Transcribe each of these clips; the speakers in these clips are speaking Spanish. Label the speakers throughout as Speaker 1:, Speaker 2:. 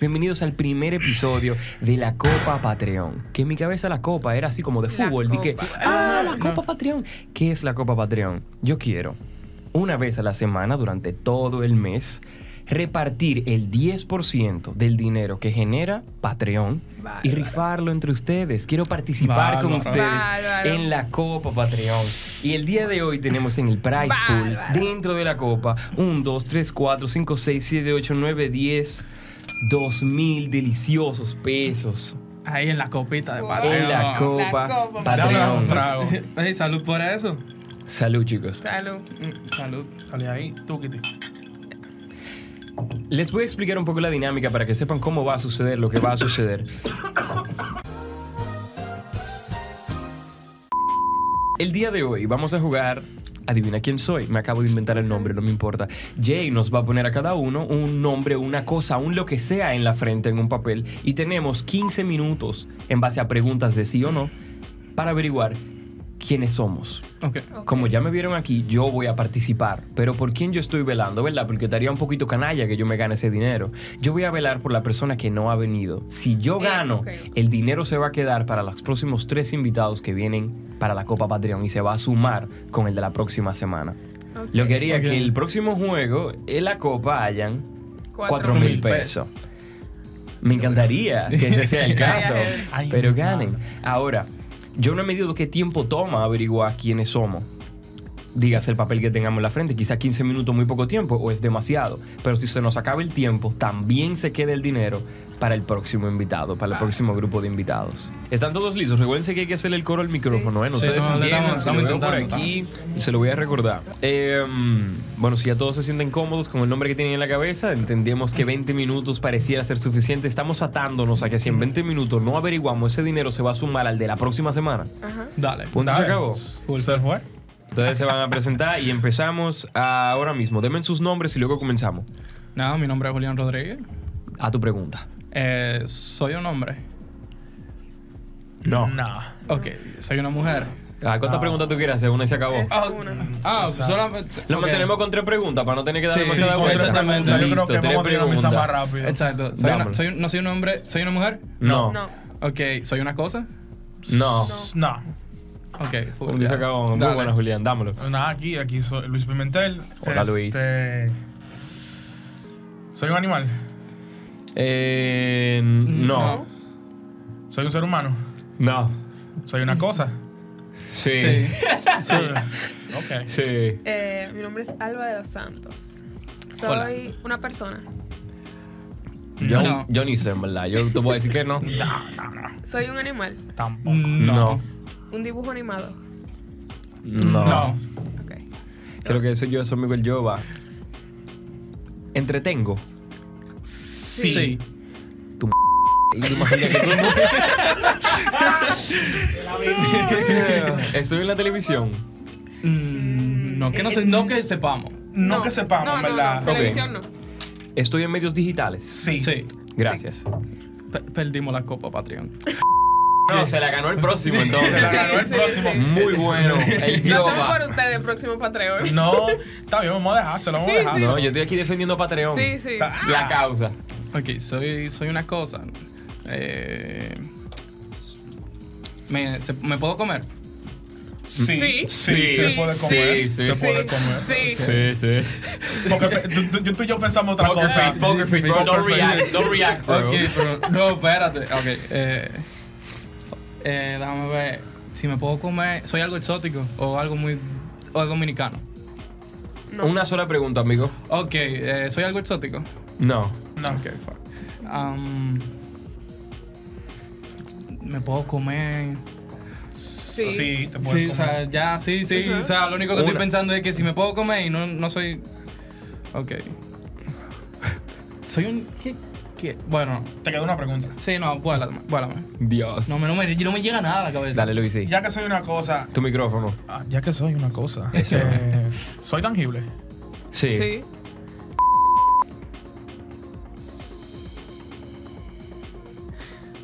Speaker 1: Bienvenidos al primer episodio de la Copa Patreon. Que en mi cabeza la copa era así como de
Speaker 2: La
Speaker 1: fútbol. Dije,
Speaker 2: copa.
Speaker 1: ah, la Copa Patreon. ¿Qué es la Copa Patreon? Yo quiero, una vez a la semana, durante todo el mes, repartir el 10% del dinero que genera Patreon y
Speaker 2: Bárbaro.
Speaker 1: rifarlo entre ustedes. Quiero participar con
Speaker 3: Bárbaro.
Speaker 1: ustedes
Speaker 2: Bárbaro.
Speaker 1: en la Copa Patreon. Y el día de hoy tenemos en el Prize Pool,
Speaker 2: Bárbaro.
Speaker 1: dentro de la copa, 1, 2, 3, 4, 5, 6, 7, 8, 9, 10, 2000 deliciosos pesos
Speaker 3: Ahí en la copita de
Speaker 2: Wow.
Speaker 3: Patreon.
Speaker 1: en la
Speaker 2: La
Speaker 1: copa,
Speaker 2: copa.
Speaker 3: Dame un
Speaker 1: Patreon.
Speaker 3: trago. Ey, salud por eso.
Speaker 1: Salud, chicos.
Speaker 2: Salud.
Speaker 3: Mm, Salud.
Speaker 4: Sale ahí, tú, Kitty.
Speaker 1: Les voy a explicar un poco la dinámica para que sepan cómo va a suceder lo que va a suceder. El día de hoy vamos a jugar. Adivina quién soy. Me acabo de inventar el nombre, no me importa. Jay nos va a poner a cada uno un nombre, una cosa, un lo que sea en la frente, en un papel. Y tenemos 15 minutos en base a preguntas de sí o no para averiguar quiénes somos.
Speaker 3: Ok.
Speaker 1: Como ya me vieron aquí, yo voy a participar. Pero por quién yo estoy velando, ¿verdad? Porque estaría un poquito canalla que yo me gane ese dinero. Yo voy a velar por la persona que no ha venido. Si yo
Speaker 2: Eh,
Speaker 1: gano,
Speaker 2: ok, ok.
Speaker 1: el dinero se va a quedar para los próximos tres invitados que vienen para la Copa Patreon y se va a sumar con el de la próxima semana.
Speaker 2: Ok.
Speaker 1: Lo que haría
Speaker 3: Ok.
Speaker 1: que el próximo juego en la Copa hayan
Speaker 2: Cuatro
Speaker 1: 4 mil
Speaker 3: mil
Speaker 1: pesos. Me encantaría que ese sea el caso,
Speaker 4: Ay,
Speaker 1: pero
Speaker 4: mi
Speaker 1: ganen.
Speaker 4: madre.
Speaker 1: Ahora, yo no he medido qué tiempo toma averiguar quiénes somos. Dígase el papel que tengamos en la frente, quizá 15 minutos, muy poco tiempo, o es demasiado. Pero si se nos acaba el tiempo, también se queda el dinero para el próximo invitado, para el
Speaker 2: Ah.
Speaker 1: próximo grupo de invitados. ¿Están todos listos? Recuerden que hay que hacerle el coro al micrófono, ¿eh? No
Speaker 3: Sí,
Speaker 1: se
Speaker 3: no, le estamos-
Speaker 1: desentiendan, si lo
Speaker 3: estamos
Speaker 1: veo por
Speaker 3: intentando,
Speaker 1: aquí, se lo voy a recordar. Eh, bueno, si ya todos se sienten cómodos con el nombre que tienen en la cabeza, entendemos que 20 minutos pareciera ser suficiente. Estamos atándonos a que si en 20 minutos no averiguamos ese dinero, se va a sumar al de la próxima semana.
Speaker 2: Ajá.
Speaker 3: Dale.
Speaker 1: Punto,
Speaker 3: dale.
Speaker 1: se acabó.
Speaker 3: Full. Se fue.
Speaker 1: Ustedes se van a presentar y empezamos ahora mismo. Denme sus nombres y luego comenzamos.
Speaker 3: Nada, mi nombre es Julián Rodríguez.
Speaker 1: A tu pregunta.
Speaker 3: Eh, soy un hombre.
Speaker 1: No.
Speaker 4: No.
Speaker 3: Ok. Soy una mujer.
Speaker 1: Ah, ¿Cuántas
Speaker 4: No.
Speaker 1: preguntas tú quieres hacer? Una y se acabó.
Speaker 2: Ah, Una.
Speaker 3: Ah, solamente.
Speaker 1: Lo
Speaker 3: ok.
Speaker 1: mantenemos con tres preguntas para no tener que dar
Speaker 3: Sí,
Speaker 1: demasiada
Speaker 3: sí, con
Speaker 1: vuelta.
Speaker 3: tres preguntas. Yo creo
Speaker 1: Listo,
Speaker 4: que
Speaker 1: tres
Speaker 4: vamos a tener una misa
Speaker 1: preguntas.
Speaker 4: más rápido.
Speaker 3: Exacto. Soy
Speaker 1: Dámelo.
Speaker 3: una, soy un- no soy un hombre. ¿Soy una mujer?
Speaker 1: No.
Speaker 2: No.
Speaker 3: Ok. ¿Soy una cosa?
Speaker 1: No.
Speaker 2: No.
Speaker 4: No.
Speaker 3: Ok. Full.
Speaker 1: Un día se
Speaker 3: ya.
Speaker 1: acabó. Muy
Speaker 3: Dale.
Speaker 1: buena, Julián. Dámelo.
Speaker 4: Nada, aquí, aquí soy Luis Pimentel. Este,
Speaker 1: Hola, Luis.
Speaker 4: Soy un animal.
Speaker 1: Eh, no.
Speaker 4: Soy un ser humano.
Speaker 1: No.
Speaker 4: Soy una cosa.
Speaker 1: Sí.
Speaker 3: Sí.
Speaker 1: Sí.
Speaker 3: Sí.
Speaker 4: ok.
Speaker 2: Eh, mi nombre es Alba de los Santos. Soy
Speaker 3: Hola.
Speaker 2: una persona.
Speaker 1: Yo,
Speaker 3: No.
Speaker 1: yo ni sé, en verdad. Yo te voy a decir que no.
Speaker 4: No, no, no.
Speaker 2: Soy un animal.
Speaker 4: Tampoco.
Speaker 3: No.
Speaker 2: Un dibujo animado.
Speaker 1: No.
Speaker 3: No.
Speaker 2: Ok.
Speaker 1: Creo que soy yo, soy Miguel Jova. Entretengo.
Speaker 3: Sí.
Speaker 1: Tu m- y tu más allá que todo el mundo. Estoy en la televisión.
Speaker 3: Mm, No, que no, se- no que sepamos.
Speaker 4: No, que sepamos,
Speaker 2: no, no,
Speaker 4: ¿verdad?
Speaker 2: No,
Speaker 1: Ok.
Speaker 2: televisión no.
Speaker 1: Estoy en medios digitales.
Speaker 4: Sí.
Speaker 3: Sí.
Speaker 1: Gracias.
Speaker 3: Pe- perdimos la copa, Patreon.
Speaker 1: No, se la ganó el próximo
Speaker 4: Se la
Speaker 1: entonces.
Speaker 4: ganó el
Speaker 2: Sí, sí,
Speaker 4: próximo.
Speaker 2: sí.
Speaker 1: Muy bueno. El
Speaker 2: No somos
Speaker 1: Jova.
Speaker 2: por ustedes, próximo Patreon.
Speaker 4: No, está bien, vamos a dejárselo, vamos a dejárselo.
Speaker 1: No, yo estoy aquí defendiendo a Patreon.
Speaker 2: Sí, sí.
Speaker 4: Está-
Speaker 1: La causa.
Speaker 3: Ok, soy, soy una cosa. Eh, ¿me, se- ¿Me puedo comer?
Speaker 4: Sí.
Speaker 2: Sí.
Speaker 4: Sí.
Speaker 1: Sí.
Speaker 4: Se puede comer.
Speaker 1: Sí, sí. Sí,
Speaker 2: Sí, Sí.
Speaker 4: Se puede comer.
Speaker 1: sí.
Speaker 4: Porque pe- tú, tú- tú y yo pensamos otra
Speaker 1: Poker
Speaker 4: cosa.
Speaker 1: face, poker face, bro. Don't
Speaker 4: Poker face.
Speaker 1: react, don't react, bro.
Speaker 3: Ok, pero no, espérate. Ok, eh, eh, déjame ver. Si me puedo comer, soy algo exótico o algo muy o dominicano.
Speaker 2: No.
Speaker 1: Una sola pregunta, amigo.
Speaker 3: Ok, eh, soy algo exótico.
Speaker 1: No.
Speaker 4: No.
Speaker 3: Ok, fuck. Um, me puedo comer.
Speaker 2: Sí.
Speaker 4: Sí, te puedes
Speaker 3: Sí,
Speaker 4: comer.
Speaker 3: o sea, ya, sí, sí.
Speaker 2: Ujú.
Speaker 3: O sea, lo único que estoy
Speaker 1: Una.
Speaker 3: pensando es que si me puedo comer y no, no soy. Ok. Soy un. ¿Qué? ¿Qué? Bueno,
Speaker 4: Te queda una pregunta.
Speaker 3: sí, no, vuélame, vuélame.
Speaker 1: Dios.
Speaker 3: No, me- no, me, no me llega nada a la cabeza.
Speaker 1: Dale, Luis. sí.
Speaker 4: Ya que soy una cosa.
Speaker 1: Tu micrófono.
Speaker 4: ah, ya que soy una cosa.
Speaker 1: Eso.
Speaker 4: eh, soy tangible.
Speaker 1: Sí.
Speaker 2: Sí.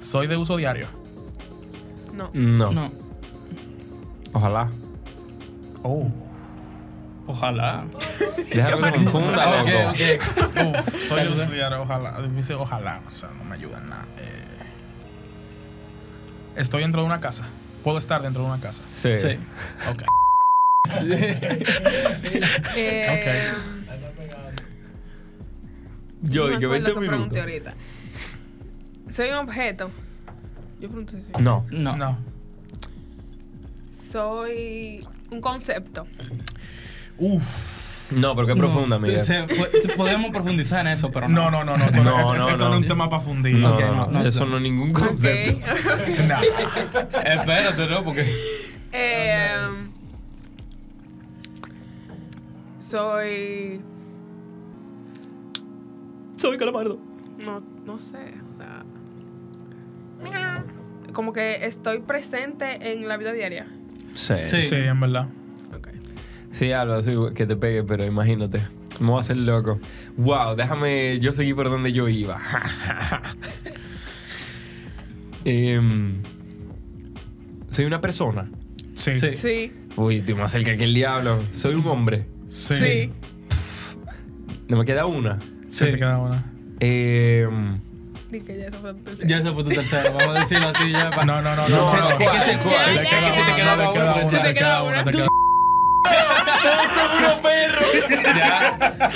Speaker 4: Soy de uso diario.
Speaker 2: No.
Speaker 1: No.
Speaker 3: No.
Speaker 1: Ojalá.
Speaker 4: Oh.
Speaker 3: Ojalá.
Speaker 1: Deja que se confunda,
Speaker 3: Ok,
Speaker 1: loco.
Speaker 3: ok.
Speaker 4: Uf, soy de uso diario, ojalá. Dice ojalá, o sea, no me ayuda en nada. Eh, estoy dentro de una casa. Puedo estar dentro de una casa.
Speaker 1: Sí.
Speaker 3: Sí.
Speaker 4: Ok.
Speaker 2: Eh,
Speaker 1: Yo
Speaker 2: no me
Speaker 1: dije
Speaker 2: acuerdo
Speaker 1: 20
Speaker 2: qué pregunté
Speaker 1: minutos.
Speaker 2: ahorita. Soy un objeto. Yo pregunté si soy-
Speaker 1: No.
Speaker 3: No.
Speaker 4: No.
Speaker 2: Soy un concepto.
Speaker 4: Uf.
Speaker 1: No, porque es profunda, Miguel.
Speaker 3: Se- po- podemos profundizar en eso, pero no.
Speaker 4: No, no, no, no. esto
Speaker 1: No, no,
Speaker 4: esto
Speaker 1: no.
Speaker 4: es un tema para fundir.
Speaker 1: No,
Speaker 3: Ok,
Speaker 1: no,
Speaker 3: no,
Speaker 1: no,
Speaker 3: no,
Speaker 1: eso
Speaker 3: no.
Speaker 1: no es ningún concepto.
Speaker 2: Ok.
Speaker 4: Nah.
Speaker 3: Espérate, no, porque.
Speaker 2: Eh, soy.
Speaker 1: Soy calamardo.
Speaker 2: No, no sé. O sea, como que estoy presente en la vida diaria.
Speaker 1: Sí. Sí,
Speaker 3: Sí.
Speaker 4: Sí, en verdad.
Speaker 2: Ok.
Speaker 1: algo así que te pegue, pero imagínate. Me voy a hacer loco. Wow, déjame yo seguí por donde yo iba. Em, soy una persona.
Speaker 4: Sí.
Speaker 3: Sí.
Speaker 2: Sí.
Speaker 1: Uy, estoy más cerca que el diablo. Soy un hombre.
Speaker 4: Sí.
Speaker 2: Sí.
Speaker 1: No me queda una.
Speaker 4: Se
Speaker 3: Sí.
Speaker 4: te queda una.
Speaker 1: Em,
Speaker 2: Di que ya eso fue tu
Speaker 3: Ya ese fue tu tercero, vamos a decirlo así ya. pa-
Speaker 4: No, no, no, no.
Speaker 1: No,
Speaker 4: no,
Speaker 1: no,
Speaker 4: no.
Speaker 1: ¿cuál?
Speaker 4: Es que se-
Speaker 1: ¿cuál?
Speaker 4: le
Speaker 2: Ya, ya,
Speaker 4: queda
Speaker 2: ya,
Speaker 4: una, le queda
Speaker 3: ya,
Speaker 4: una,
Speaker 2: ya,
Speaker 4: le queda
Speaker 2: ya,
Speaker 4: una,
Speaker 2: ya,
Speaker 4: le queda
Speaker 3: Ya.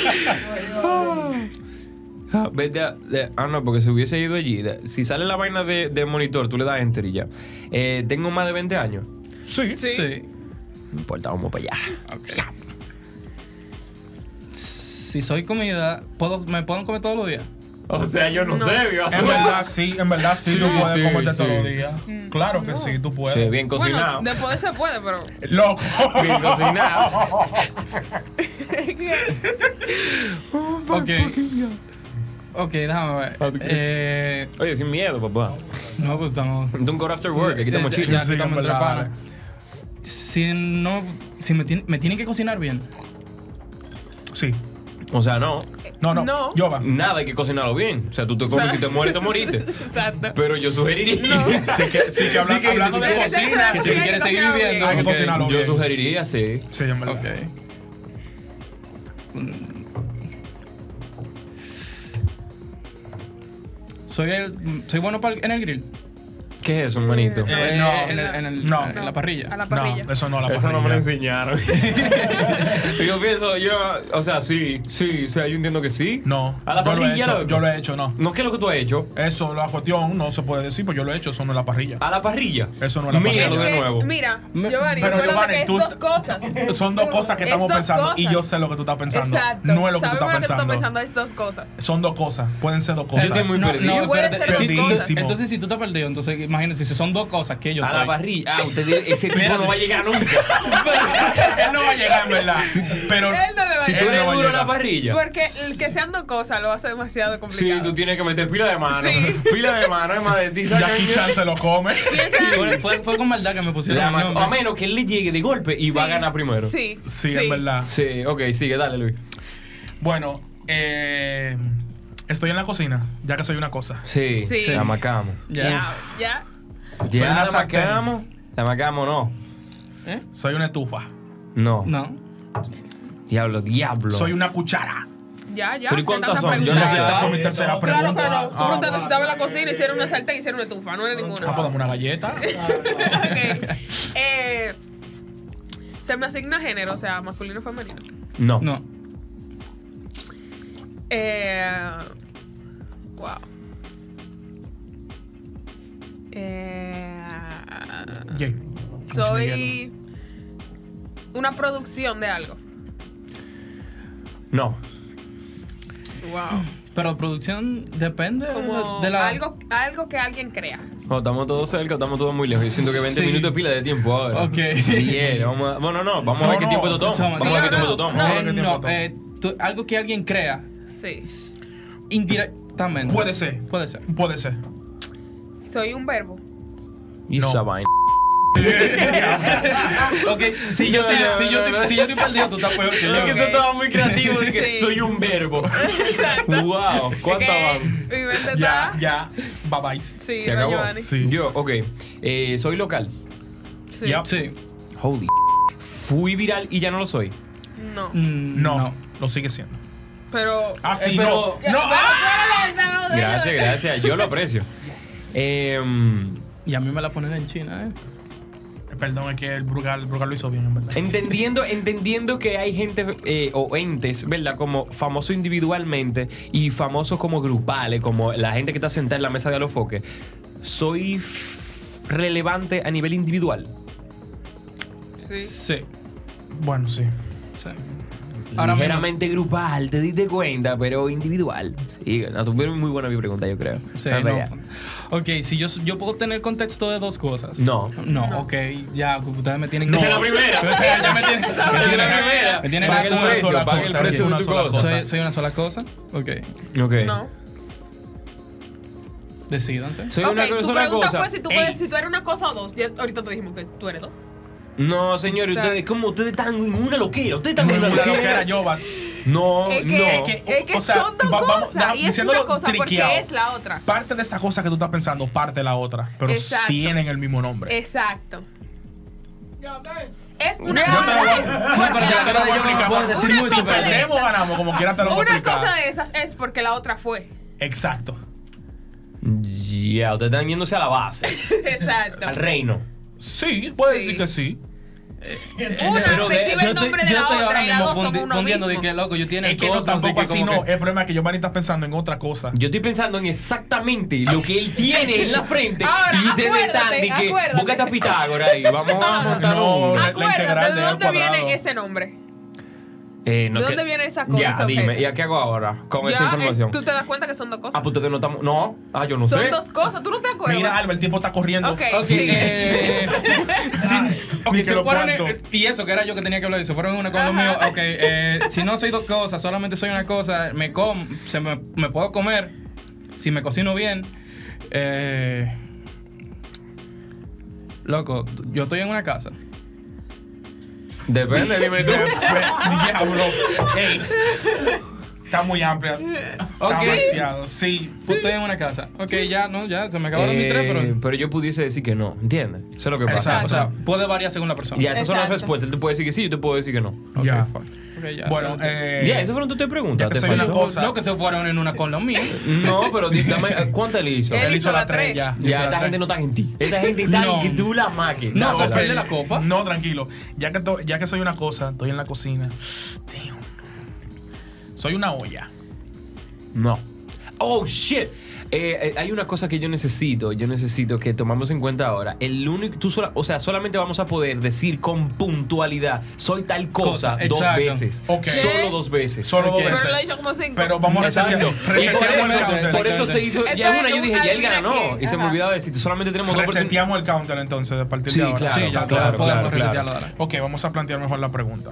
Speaker 1: Ah, Vete a, de- ah, no, porque si hubiese ido allí, de- si sale la vaina de, de monitor, tú le das enter y ya. Eh, tengo más de 20 años.
Speaker 4: una. Sí.
Speaker 2: Sí.
Speaker 3: Sí.
Speaker 1: No importa, vamos para allá.
Speaker 3: Si soy comida, ¿puedo, ¿me pueden comer todos los días?
Speaker 1: O sea, yo
Speaker 2: no No. sé,
Speaker 1: vivo
Speaker 4: En verdad, sí, en verdad, sí,
Speaker 1: Sí,
Speaker 4: tú puedes
Speaker 1: sí,
Speaker 4: comerte
Speaker 1: sí.
Speaker 4: todos los días.
Speaker 2: Mm,
Speaker 4: Claro que
Speaker 2: no.
Speaker 4: sí, tú puedes.
Speaker 1: Sí, bien cocinado.
Speaker 2: Bueno, después se puede, pero.
Speaker 4: Loco.
Speaker 1: Bien cocinado.
Speaker 3: Ok. Ok, déjame ver.
Speaker 1: Ah, ¿tú quieres?
Speaker 3: Eh,
Speaker 1: Oye, sin miedo, papá.
Speaker 3: no pues, me gustamos.
Speaker 1: De un core after work, aquí estamos
Speaker 3: Eh,
Speaker 1: chill.
Speaker 3: ya,
Speaker 4: Sí,
Speaker 3: estamos
Speaker 4: en
Speaker 3: entre
Speaker 4: verdad.
Speaker 3: panas. Si no. Si me, tiene- me tienen que cocinar bien.
Speaker 4: Sí.
Speaker 1: O sea, no.
Speaker 4: No, no.
Speaker 2: No.
Speaker 4: Yo va.
Speaker 1: Nada, hay que cocinarlo bien. O sea, tú te comes, si te mueres, te moriste.
Speaker 2: Exacto.
Speaker 1: Pero yo sugeriría.
Speaker 4: Sí que, sí que habla-
Speaker 3: Di que-
Speaker 4: hablando
Speaker 3: di
Speaker 4: de
Speaker 3: que-
Speaker 4: cocina.
Speaker 3: que
Speaker 2: que
Speaker 3: si
Speaker 2: tiene
Speaker 3: quieres
Speaker 2: que
Speaker 3: seguir
Speaker 2: cocinar
Speaker 3: viviendo.
Speaker 4: bien. Hay que
Speaker 1: Ok,
Speaker 4: cocinarlo
Speaker 1: Yo
Speaker 4: bien.
Speaker 1: sugeriría, sí.
Speaker 4: Sí, en verdad.
Speaker 3: Ok. Mm. Soy, el, soy bueno pa'l- en el grill.
Speaker 1: ¿Qué es eso, manito?
Speaker 2: Eh,
Speaker 4: no.
Speaker 3: en, el- en el-
Speaker 4: No.
Speaker 3: en la parrilla.
Speaker 2: A la parrilla.
Speaker 4: No, eso no, la
Speaker 1: Eso no me lo
Speaker 4: parrilla.
Speaker 1: enseñaron. yo pienso, yo, o sea, sí, sí, o sea, yo entiendo que sí.
Speaker 4: No.
Speaker 1: A la
Speaker 4: yo lo he
Speaker 1: parrilla,
Speaker 4: hecho,
Speaker 1: loco.
Speaker 4: Yo lo he hecho, no.
Speaker 1: No, ¿qué es lo que tú has hecho?
Speaker 4: Eso, la cuestión no se puede decir, pues yo lo he hecho, eso no es la parrilla.
Speaker 1: A la parrilla.
Speaker 4: Eso no es la
Speaker 2: Es
Speaker 1: Míralo
Speaker 4: parrilla.
Speaker 1: de
Speaker 2: que,
Speaker 1: nuevo.
Speaker 2: Mira,
Speaker 3: Me-
Speaker 2: Giovanni,
Speaker 4: Pero,
Speaker 2: acuérdate
Speaker 4: Giovanni,
Speaker 2: que es
Speaker 4: tú-
Speaker 2: dos cosas.
Speaker 4: Son dos cosas que
Speaker 2: Es
Speaker 4: estamos
Speaker 2: dos
Speaker 4: pensando y
Speaker 2: cosas.
Speaker 4: yo sé lo que tú estás pensando.
Speaker 2: Exacto.
Speaker 4: No es lo que
Speaker 2: Sabemos
Speaker 4: tú
Speaker 2: lo que
Speaker 4: estás
Speaker 2: tú estás
Speaker 4: pensando.
Speaker 2: pensando es dos cosas.
Speaker 4: Son dos cosas, pueden ser dos
Speaker 1: Yo
Speaker 4: cosas.
Speaker 1: estoy muy
Speaker 3: No,
Speaker 1: perdido.
Speaker 3: no,
Speaker 2: Yo voy a
Speaker 3: espérate.
Speaker 2: hacer
Speaker 3: Si tú-
Speaker 4: perdidísimo.
Speaker 3: entonces, si tú estás perdido, entonces imagínate, si son dos cosas que yo
Speaker 1: a la
Speaker 3: estoy.
Speaker 1: parrilla. Ah, usted dice, ese tipo no va a llegar
Speaker 4: Este
Speaker 1: nunca.
Speaker 4: Él no va a llegar, en verdad. Pero
Speaker 2: Él no le va a
Speaker 1: si tú
Speaker 4: Él
Speaker 2: llegar.
Speaker 1: eres
Speaker 4: no va a
Speaker 1: duro en la
Speaker 4: llegar.
Speaker 1: parrilla.
Speaker 2: Porque el que sean dos cosas lo hace demasiado
Speaker 1: Sí,
Speaker 2: complicado.
Speaker 1: tú tienes que meter pila de mano.
Speaker 2: Sí.
Speaker 1: Pila de mano, es más de ti. ¿sabes?
Speaker 4: Jackie Chan se lo come.
Speaker 2: Piensa-
Speaker 3: Fue- Fue, fue con maldad que me pusieron.
Speaker 1: La
Speaker 3: el
Speaker 1: mano-
Speaker 3: nombre.
Speaker 1: a menos que él le llegue de golpe y va a
Speaker 2: Sí,
Speaker 1: ganar primero.
Speaker 2: Sí.
Speaker 4: Sí, en verdad.
Speaker 1: Sí, ok, sigue, dale, Luis.
Speaker 4: Bueno, eh, estoy en la cocina, ya que soy una cosa.
Speaker 1: Sí,
Speaker 2: Sí.
Speaker 1: la macamo.
Speaker 3: Ya.
Speaker 2: Ya, ya.
Speaker 1: Ya
Speaker 4: una
Speaker 1: la
Speaker 4: sartén.
Speaker 1: macamo. La macamo no.
Speaker 3: ¿Eh?
Speaker 4: Soy una estufa.
Speaker 1: No.
Speaker 3: No.
Speaker 1: Diablo, diablo.
Speaker 4: Soy una cuchara.
Speaker 2: Ya, ya.
Speaker 1: ¿Pero y
Speaker 2: ¿Qué
Speaker 1: cuántas
Speaker 2: tanta
Speaker 1: son? Yo
Speaker 2: pregunta?
Speaker 1: no
Speaker 4: Ya,
Speaker 1: sé.
Speaker 4: esta fue mi tercera
Speaker 2: Claro
Speaker 4: pregunta.
Speaker 2: que no. Tú
Speaker 4: Ah,
Speaker 2: no te necesitabas la cocina, hicieron una sartén, hicieron una estufa. No era ninguna.
Speaker 4: ah, pues dame una galleta.
Speaker 2: Ok. Eh, se me asigna género, o sea, masculino o femenino.
Speaker 1: No.
Speaker 3: No.
Speaker 2: Eh, wow. Eh,
Speaker 4: Jay.
Speaker 2: soy una producción de algo.
Speaker 1: No.
Speaker 2: Wow.
Speaker 3: Pero producción depende
Speaker 2: Como
Speaker 3: de la.
Speaker 2: algo, algo que alguien crea.
Speaker 1: Oh, estamos todos cerca, estamos todos muy lejos. Yo siento que 20
Speaker 3: Sí.
Speaker 1: minutos es pila de tiempo ahora.
Speaker 3: Ok.
Speaker 1: Yeah, vamos a- bueno, no, vamos a
Speaker 4: No,
Speaker 1: ver qué
Speaker 4: no,
Speaker 1: tiempo te tomo.
Speaker 3: escuchamos.
Speaker 1: Vamos a ver qué
Speaker 2: Sí,
Speaker 1: tiempo
Speaker 2: no,
Speaker 1: te tomo.
Speaker 2: no.
Speaker 3: Eh, no,
Speaker 4: Tiempo,
Speaker 3: eh, tú- algo que alguien crea
Speaker 2: Sí.
Speaker 3: indirectamente.
Speaker 4: Puede ser,
Speaker 3: Puede ser.
Speaker 4: puede ser.
Speaker 2: Soy un verbo.
Speaker 1: Y
Speaker 4: No.
Speaker 1: esa vaina.
Speaker 3: Ok, si yo,
Speaker 1: No,
Speaker 3: estoy-
Speaker 1: no,
Speaker 3: si, yo
Speaker 1: no,
Speaker 3: estoy-
Speaker 1: no.
Speaker 3: si yo estoy perdido, tú estás peor que yo.
Speaker 1: Es que tú
Speaker 2: Ok.
Speaker 1: estabas muy creativo de que
Speaker 2: Sí.
Speaker 1: soy un verbo.
Speaker 2: Exacto.
Speaker 1: wow, ¿cuántas
Speaker 2: Es que
Speaker 1: van?
Speaker 2: Mi mente
Speaker 4: Ya,
Speaker 2: está.
Speaker 4: ya. Bye bye.
Speaker 2: Sí,
Speaker 1: Se
Speaker 2: no,
Speaker 1: acabó.
Speaker 2: Giovanni.
Speaker 4: Sí.
Speaker 1: Yo, ok. Eh, soy local.
Speaker 2: Sí.
Speaker 3: Sí.
Speaker 1: Holy. Fui viral y ya no lo soy.
Speaker 2: No.
Speaker 3: Mm,
Speaker 4: No, lo sigue siendo.
Speaker 2: Pero.
Speaker 4: Ah, sí,
Speaker 3: Eh, pero-
Speaker 4: no.
Speaker 2: Ya,
Speaker 4: No,
Speaker 2: pero
Speaker 4: ah,
Speaker 2: fuera del lado de ellos.
Speaker 1: Gracias, gracias. Yo lo aprecio. Em,
Speaker 3: Y a mí me la ponen en China, ¿eh?
Speaker 4: Perdón, es que el Brugal, el Brugal lo hizo bien, en verdad.
Speaker 1: entendiendo, entendiendo que hay gente eh, o entes, ¿verdad? Como famoso individualmente y famosos como grupales, como la gente que está sentada en la mesa de Alofoque. Soy f- relevante a nivel individual.
Speaker 2: Sí.
Speaker 3: Sí.
Speaker 4: Bueno, sí.
Speaker 3: sí. Ahora mismo-
Speaker 1: Ligeramente grupal, te diste cuenta, pero individual. Sí, no, tuvieron muy buena mi pregunta, yo creo.
Speaker 3: Sí,
Speaker 1: Está
Speaker 3: no.
Speaker 1: bella.
Speaker 3: Ok, si yo, yo puedo tener contexto de dos cosas.
Speaker 1: No.
Speaker 3: No, ok, ya, ustedes me tienen
Speaker 4: No.
Speaker 3: que.
Speaker 4: Esa es la
Speaker 1: primera.
Speaker 3: O sea, ya me tienen,
Speaker 1: Esa es la
Speaker 3: me tienen que-
Speaker 1: primera.
Speaker 3: Me tienen que
Speaker 1: Paga
Speaker 3: hacer
Speaker 1: el
Speaker 3: una
Speaker 1: precio,
Speaker 3: sola
Speaker 1: paga el
Speaker 3: cosa.
Speaker 1: precio de
Speaker 3: una
Speaker 1: tu
Speaker 3: sola
Speaker 1: cosa.
Speaker 3: Soy, soy una sola cosa. Ok,
Speaker 1: Ok.
Speaker 2: No.
Speaker 3: decídanse.
Speaker 1: Soy
Speaker 2: ok,
Speaker 1: una
Speaker 2: tu
Speaker 1: sola
Speaker 2: pregunta
Speaker 1: cosa.
Speaker 2: fue si tú,
Speaker 1: Ey,
Speaker 2: puedes, si tú eres una cosa o dos. Ya ahorita te dijimos que tú eres dos.
Speaker 1: No, señores,
Speaker 2: O sea-
Speaker 1: ustedes, como ustedes están en una loquera, ustedes están en una
Speaker 4: Ninguna
Speaker 1: loquera.
Speaker 4: lo que era yo, va.
Speaker 1: No,
Speaker 2: Es
Speaker 1: no.
Speaker 2: que,
Speaker 4: que,
Speaker 2: es que
Speaker 4: o sea,
Speaker 2: son dos
Speaker 4: va- vamos,
Speaker 2: cosas.
Speaker 4: da-
Speaker 2: y es
Speaker 4: diciéndolo
Speaker 2: una cosa
Speaker 4: triqueado.
Speaker 2: porque es la otra.
Speaker 4: Parte de esa cosa que tú estás pensando, parte de la otra. Pero
Speaker 2: Exacto.
Speaker 4: tienen el mismo nombre.
Speaker 2: Exacto. Es una
Speaker 4: Yo te lo voy-
Speaker 2: cosa.
Speaker 4: No, pero
Speaker 2: porque
Speaker 4: yo
Speaker 2: la-
Speaker 4: te lo voy a
Speaker 3: Una
Speaker 4: explicar.
Speaker 3: cosa
Speaker 4: porque
Speaker 2: de
Speaker 4: Si si
Speaker 2: esas.
Speaker 4: perdemos, ganamos, como quiera te lo voy a
Speaker 2: Una
Speaker 4: explicar.
Speaker 2: cosa de esas es porque la otra fue.
Speaker 4: Exacto.
Speaker 1: Ya, ustedes están yéndose a la base,
Speaker 2: Exacto.
Speaker 1: al reino.
Speaker 4: Sí, puede
Speaker 2: Sí.
Speaker 4: decir que sí.
Speaker 3: Eh,
Speaker 2: Una
Speaker 1: Pero de-
Speaker 2: recibe el
Speaker 3: estoy-
Speaker 2: nombre de
Speaker 3: yo
Speaker 2: la
Speaker 3: estoy
Speaker 2: otra
Speaker 3: ahora
Speaker 2: y las
Speaker 3: mismo
Speaker 2: dos son
Speaker 3: fundi-
Speaker 2: uno
Speaker 3: fundiendo
Speaker 2: mismo.
Speaker 3: de que loco, yo tiene
Speaker 4: Es que no,
Speaker 3: cosas de
Speaker 4: tampoco
Speaker 3: que
Speaker 4: así
Speaker 3: como
Speaker 4: no.
Speaker 3: que-
Speaker 4: El problema es que Giovanni está pensando en otra cosa.
Speaker 1: Yo estoy pensando en exactamente lo que él tiene en la frente.
Speaker 2: Ahora,
Speaker 1: y ustedes están
Speaker 2: acuérdate,
Speaker 1: de que,
Speaker 2: acuérdate.
Speaker 1: búscate a Pitágoras ahí, vamos a montar
Speaker 4: No,
Speaker 1: un...
Speaker 4: la
Speaker 2: Acuérdate,
Speaker 4: integral
Speaker 2: ¿de
Speaker 4: de A
Speaker 2: dónde
Speaker 4: cuadrado.
Speaker 2: viene ese nombre?
Speaker 1: Eh,
Speaker 2: ¿De dónde viene esa cosa,
Speaker 1: Ya,
Speaker 2: esa
Speaker 1: dime,
Speaker 2: objeto?
Speaker 1: ¿y a qué hago ahora con esa
Speaker 2: Ya, es-
Speaker 1: información?
Speaker 2: tú te das cuenta que son dos
Speaker 1: Ah,
Speaker 2: cosas.
Speaker 1: pues ustedes no estamos... No, ah, yo no
Speaker 2: son
Speaker 1: sé.
Speaker 2: dos cosas, tú no te acuerdas.
Speaker 4: Mira, Alba, el tiempo está corriendo.
Speaker 2: Ok.
Speaker 3: Ok,
Speaker 2: Sí.
Speaker 3: eh, sin- ok,
Speaker 4: Ni que
Speaker 3: se
Speaker 4: lo
Speaker 3: fueron en-
Speaker 4: cuento.
Speaker 3: y eso que era yo que tenía que hablar, se fueron en una con lo
Speaker 2: Ajá.
Speaker 3: mío. Ok, eh, si no soy dos cosas, solamente soy una cosa, me com, se me, me puedo comer si me cocino bien. Eh, loco, yo estoy en una casa.
Speaker 1: Depende, dime tú.
Speaker 4: Diablo. Ey. Está muy amplia.
Speaker 3: Ok.
Speaker 4: Está demasiado. Sí.
Speaker 3: Estoy en una casa. Ok, ya, no, ya, se me acabaron mis tres,
Speaker 1: Eh,
Speaker 3: pero.
Speaker 1: pero yo pudiese decir que no, ¿entiendes? Eso es lo que pasa.
Speaker 4: Exacto.
Speaker 3: O sea, puede variar según la persona.
Speaker 1: Ya, esas son las
Speaker 2: Exacto.
Speaker 1: respuestas. Él te puede decir que sí, yo te puedo decir que no.
Speaker 3: Ok,
Speaker 4: Ya.
Speaker 3: fuck. Ok, ya,
Speaker 4: Bueno,
Speaker 3: ok.
Speaker 4: eh.
Speaker 1: Ya, esas fueron tus tres preguntas.
Speaker 4: ya que
Speaker 1: ¿te
Speaker 4: soy una
Speaker 1: faltó?
Speaker 4: cosa.
Speaker 3: No, que se fueron en una con lo mío.
Speaker 1: No, pero di- dame, ¿cuántas le hizo?
Speaker 2: Él
Speaker 4: Él hizo la
Speaker 2: la tres.
Speaker 4: 3 ya.
Speaker 3: hizo
Speaker 1: Ya,
Speaker 3: la
Speaker 1: esta
Speaker 3: tres.
Speaker 1: gente no está en ti. Esta gente está
Speaker 3: No.
Speaker 1: en que tú la maques.
Speaker 3: No,
Speaker 1: Dámela.
Speaker 3: ok. Prende la copa.
Speaker 4: No, tranquilo. Ya que, to- ya que soy una cosa, estoy en la cocina. Damn. Soy una olla.
Speaker 1: No. Oh, shit. Eh, eh, hay una cosa que yo necesito, yo necesito que tomamos en cuenta ahora. El único, tú sola- o sea, solamente vamos a poder decir con puntualidad, soy tal cosa,
Speaker 3: Cosa,
Speaker 1: dos
Speaker 3: exacto.
Speaker 1: veces.
Speaker 4: Ok.
Speaker 1: Solo dos veces.
Speaker 4: Solo dos
Speaker 3: Ok.
Speaker 2: Pero
Speaker 4: veces.
Speaker 2: lo he dicho como cinco.
Speaker 4: Pero vamos a resetear.
Speaker 1: Exacto. Y por
Speaker 4: Reseteamos el
Speaker 1: eso-
Speaker 3: Exacto.
Speaker 1: Por
Speaker 4: counter.
Speaker 1: eso se hizo.
Speaker 2: Esto
Speaker 1: Ya es una,
Speaker 2: es
Speaker 1: yo
Speaker 2: un
Speaker 1: dije, ya él
Speaker 2: adivina
Speaker 1: ganó.
Speaker 2: quién.
Speaker 1: Y se me
Speaker 2: Ajá.
Speaker 1: olvidaba decir, solamente tenemos dos oportun-
Speaker 4: Reseteamos el counter entonces a partir
Speaker 1: Sí,
Speaker 4: de ahora.
Speaker 1: claro,
Speaker 3: sí,
Speaker 4: Está
Speaker 3: ya
Speaker 1: claro, claro,
Speaker 3: podemos
Speaker 1: claro.
Speaker 3: resetearlo ahora.
Speaker 4: Ok, vamos a plantear mejor la pregunta.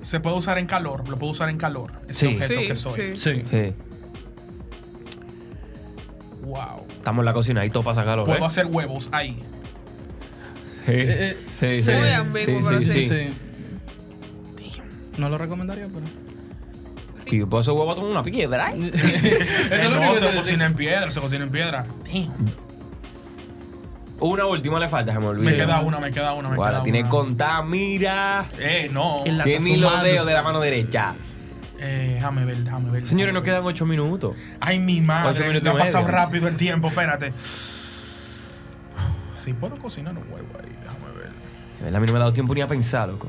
Speaker 4: ¿Se puede usar en calor? ¿Lo puedo usar en calor? Ese
Speaker 1: Sí.
Speaker 4: objeto que
Speaker 2: Sí, sí.
Speaker 4: soy.
Speaker 3: Sí.
Speaker 1: Sí.
Speaker 4: Wow.
Speaker 1: Estamos en la cocina y todo pasa calor.
Speaker 4: Puedo hacer huevos ahí.
Speaker 1: ¿eh?
Speaker 3: Eh,
Speaker 1: Sí, sí,
Speaker 3: eh,
Speaker 1: sí.
Speaker 2: muy ambiguo,
Speaker 1: Sí,
Speaker 2: pero
Speaker 1: sí, sí.
Speaker 3: Sí, sí. No lo recomendaría, pero.
Speaker 1: Que yo puedo hacer huevo con una piedra. ¿eh?
Speaker 4: Eh,
Speaker 3: es lo
Speaker 4: no,
Speaker 3: único que
Speaker 4: se
Speaker 3: te-
Speaker 4: cocina en piedra, se cocina en piedra. Damn.
Speaker 1: Una última le falta, se me olvidó.
Speaker 4: Me queda una, me queda una, me
Speaker 1: Guarda,
Speaker 4: queda
Speaker 1: tiene
Speaker 4: una.
Speaker 1: contada, mira.
Speaker 4: Eh, no.
Speaker 3: En La
Speaker 1: Tiene
Speaker 3: está
Speaker 1: los
Speaker 3: sumando.
Speaker 1: dedos de la mano derecha.
Speaker 4: Eh, déjame ver, déjame ver.
Speaker 1: Señores, nos
Speaker 4: déjame
Speaker 1: quedan
Speaker 4: ver.
Speaker 1: ocho minutos.
Speaker 4: Ay, mi
Speaker 1: Ocho
Speaker 4: madre,
Speaker 1: minutos
Speaker 4: me ha
Speaker 1: y medio.
Speaker 4: pasado rápido el tiempo, espérate. Si puedo cocinar un huevo ahí, déjame ver.
Speaker 1: De verdad, A mí no me ha dado tiempo ni a pensar, loco.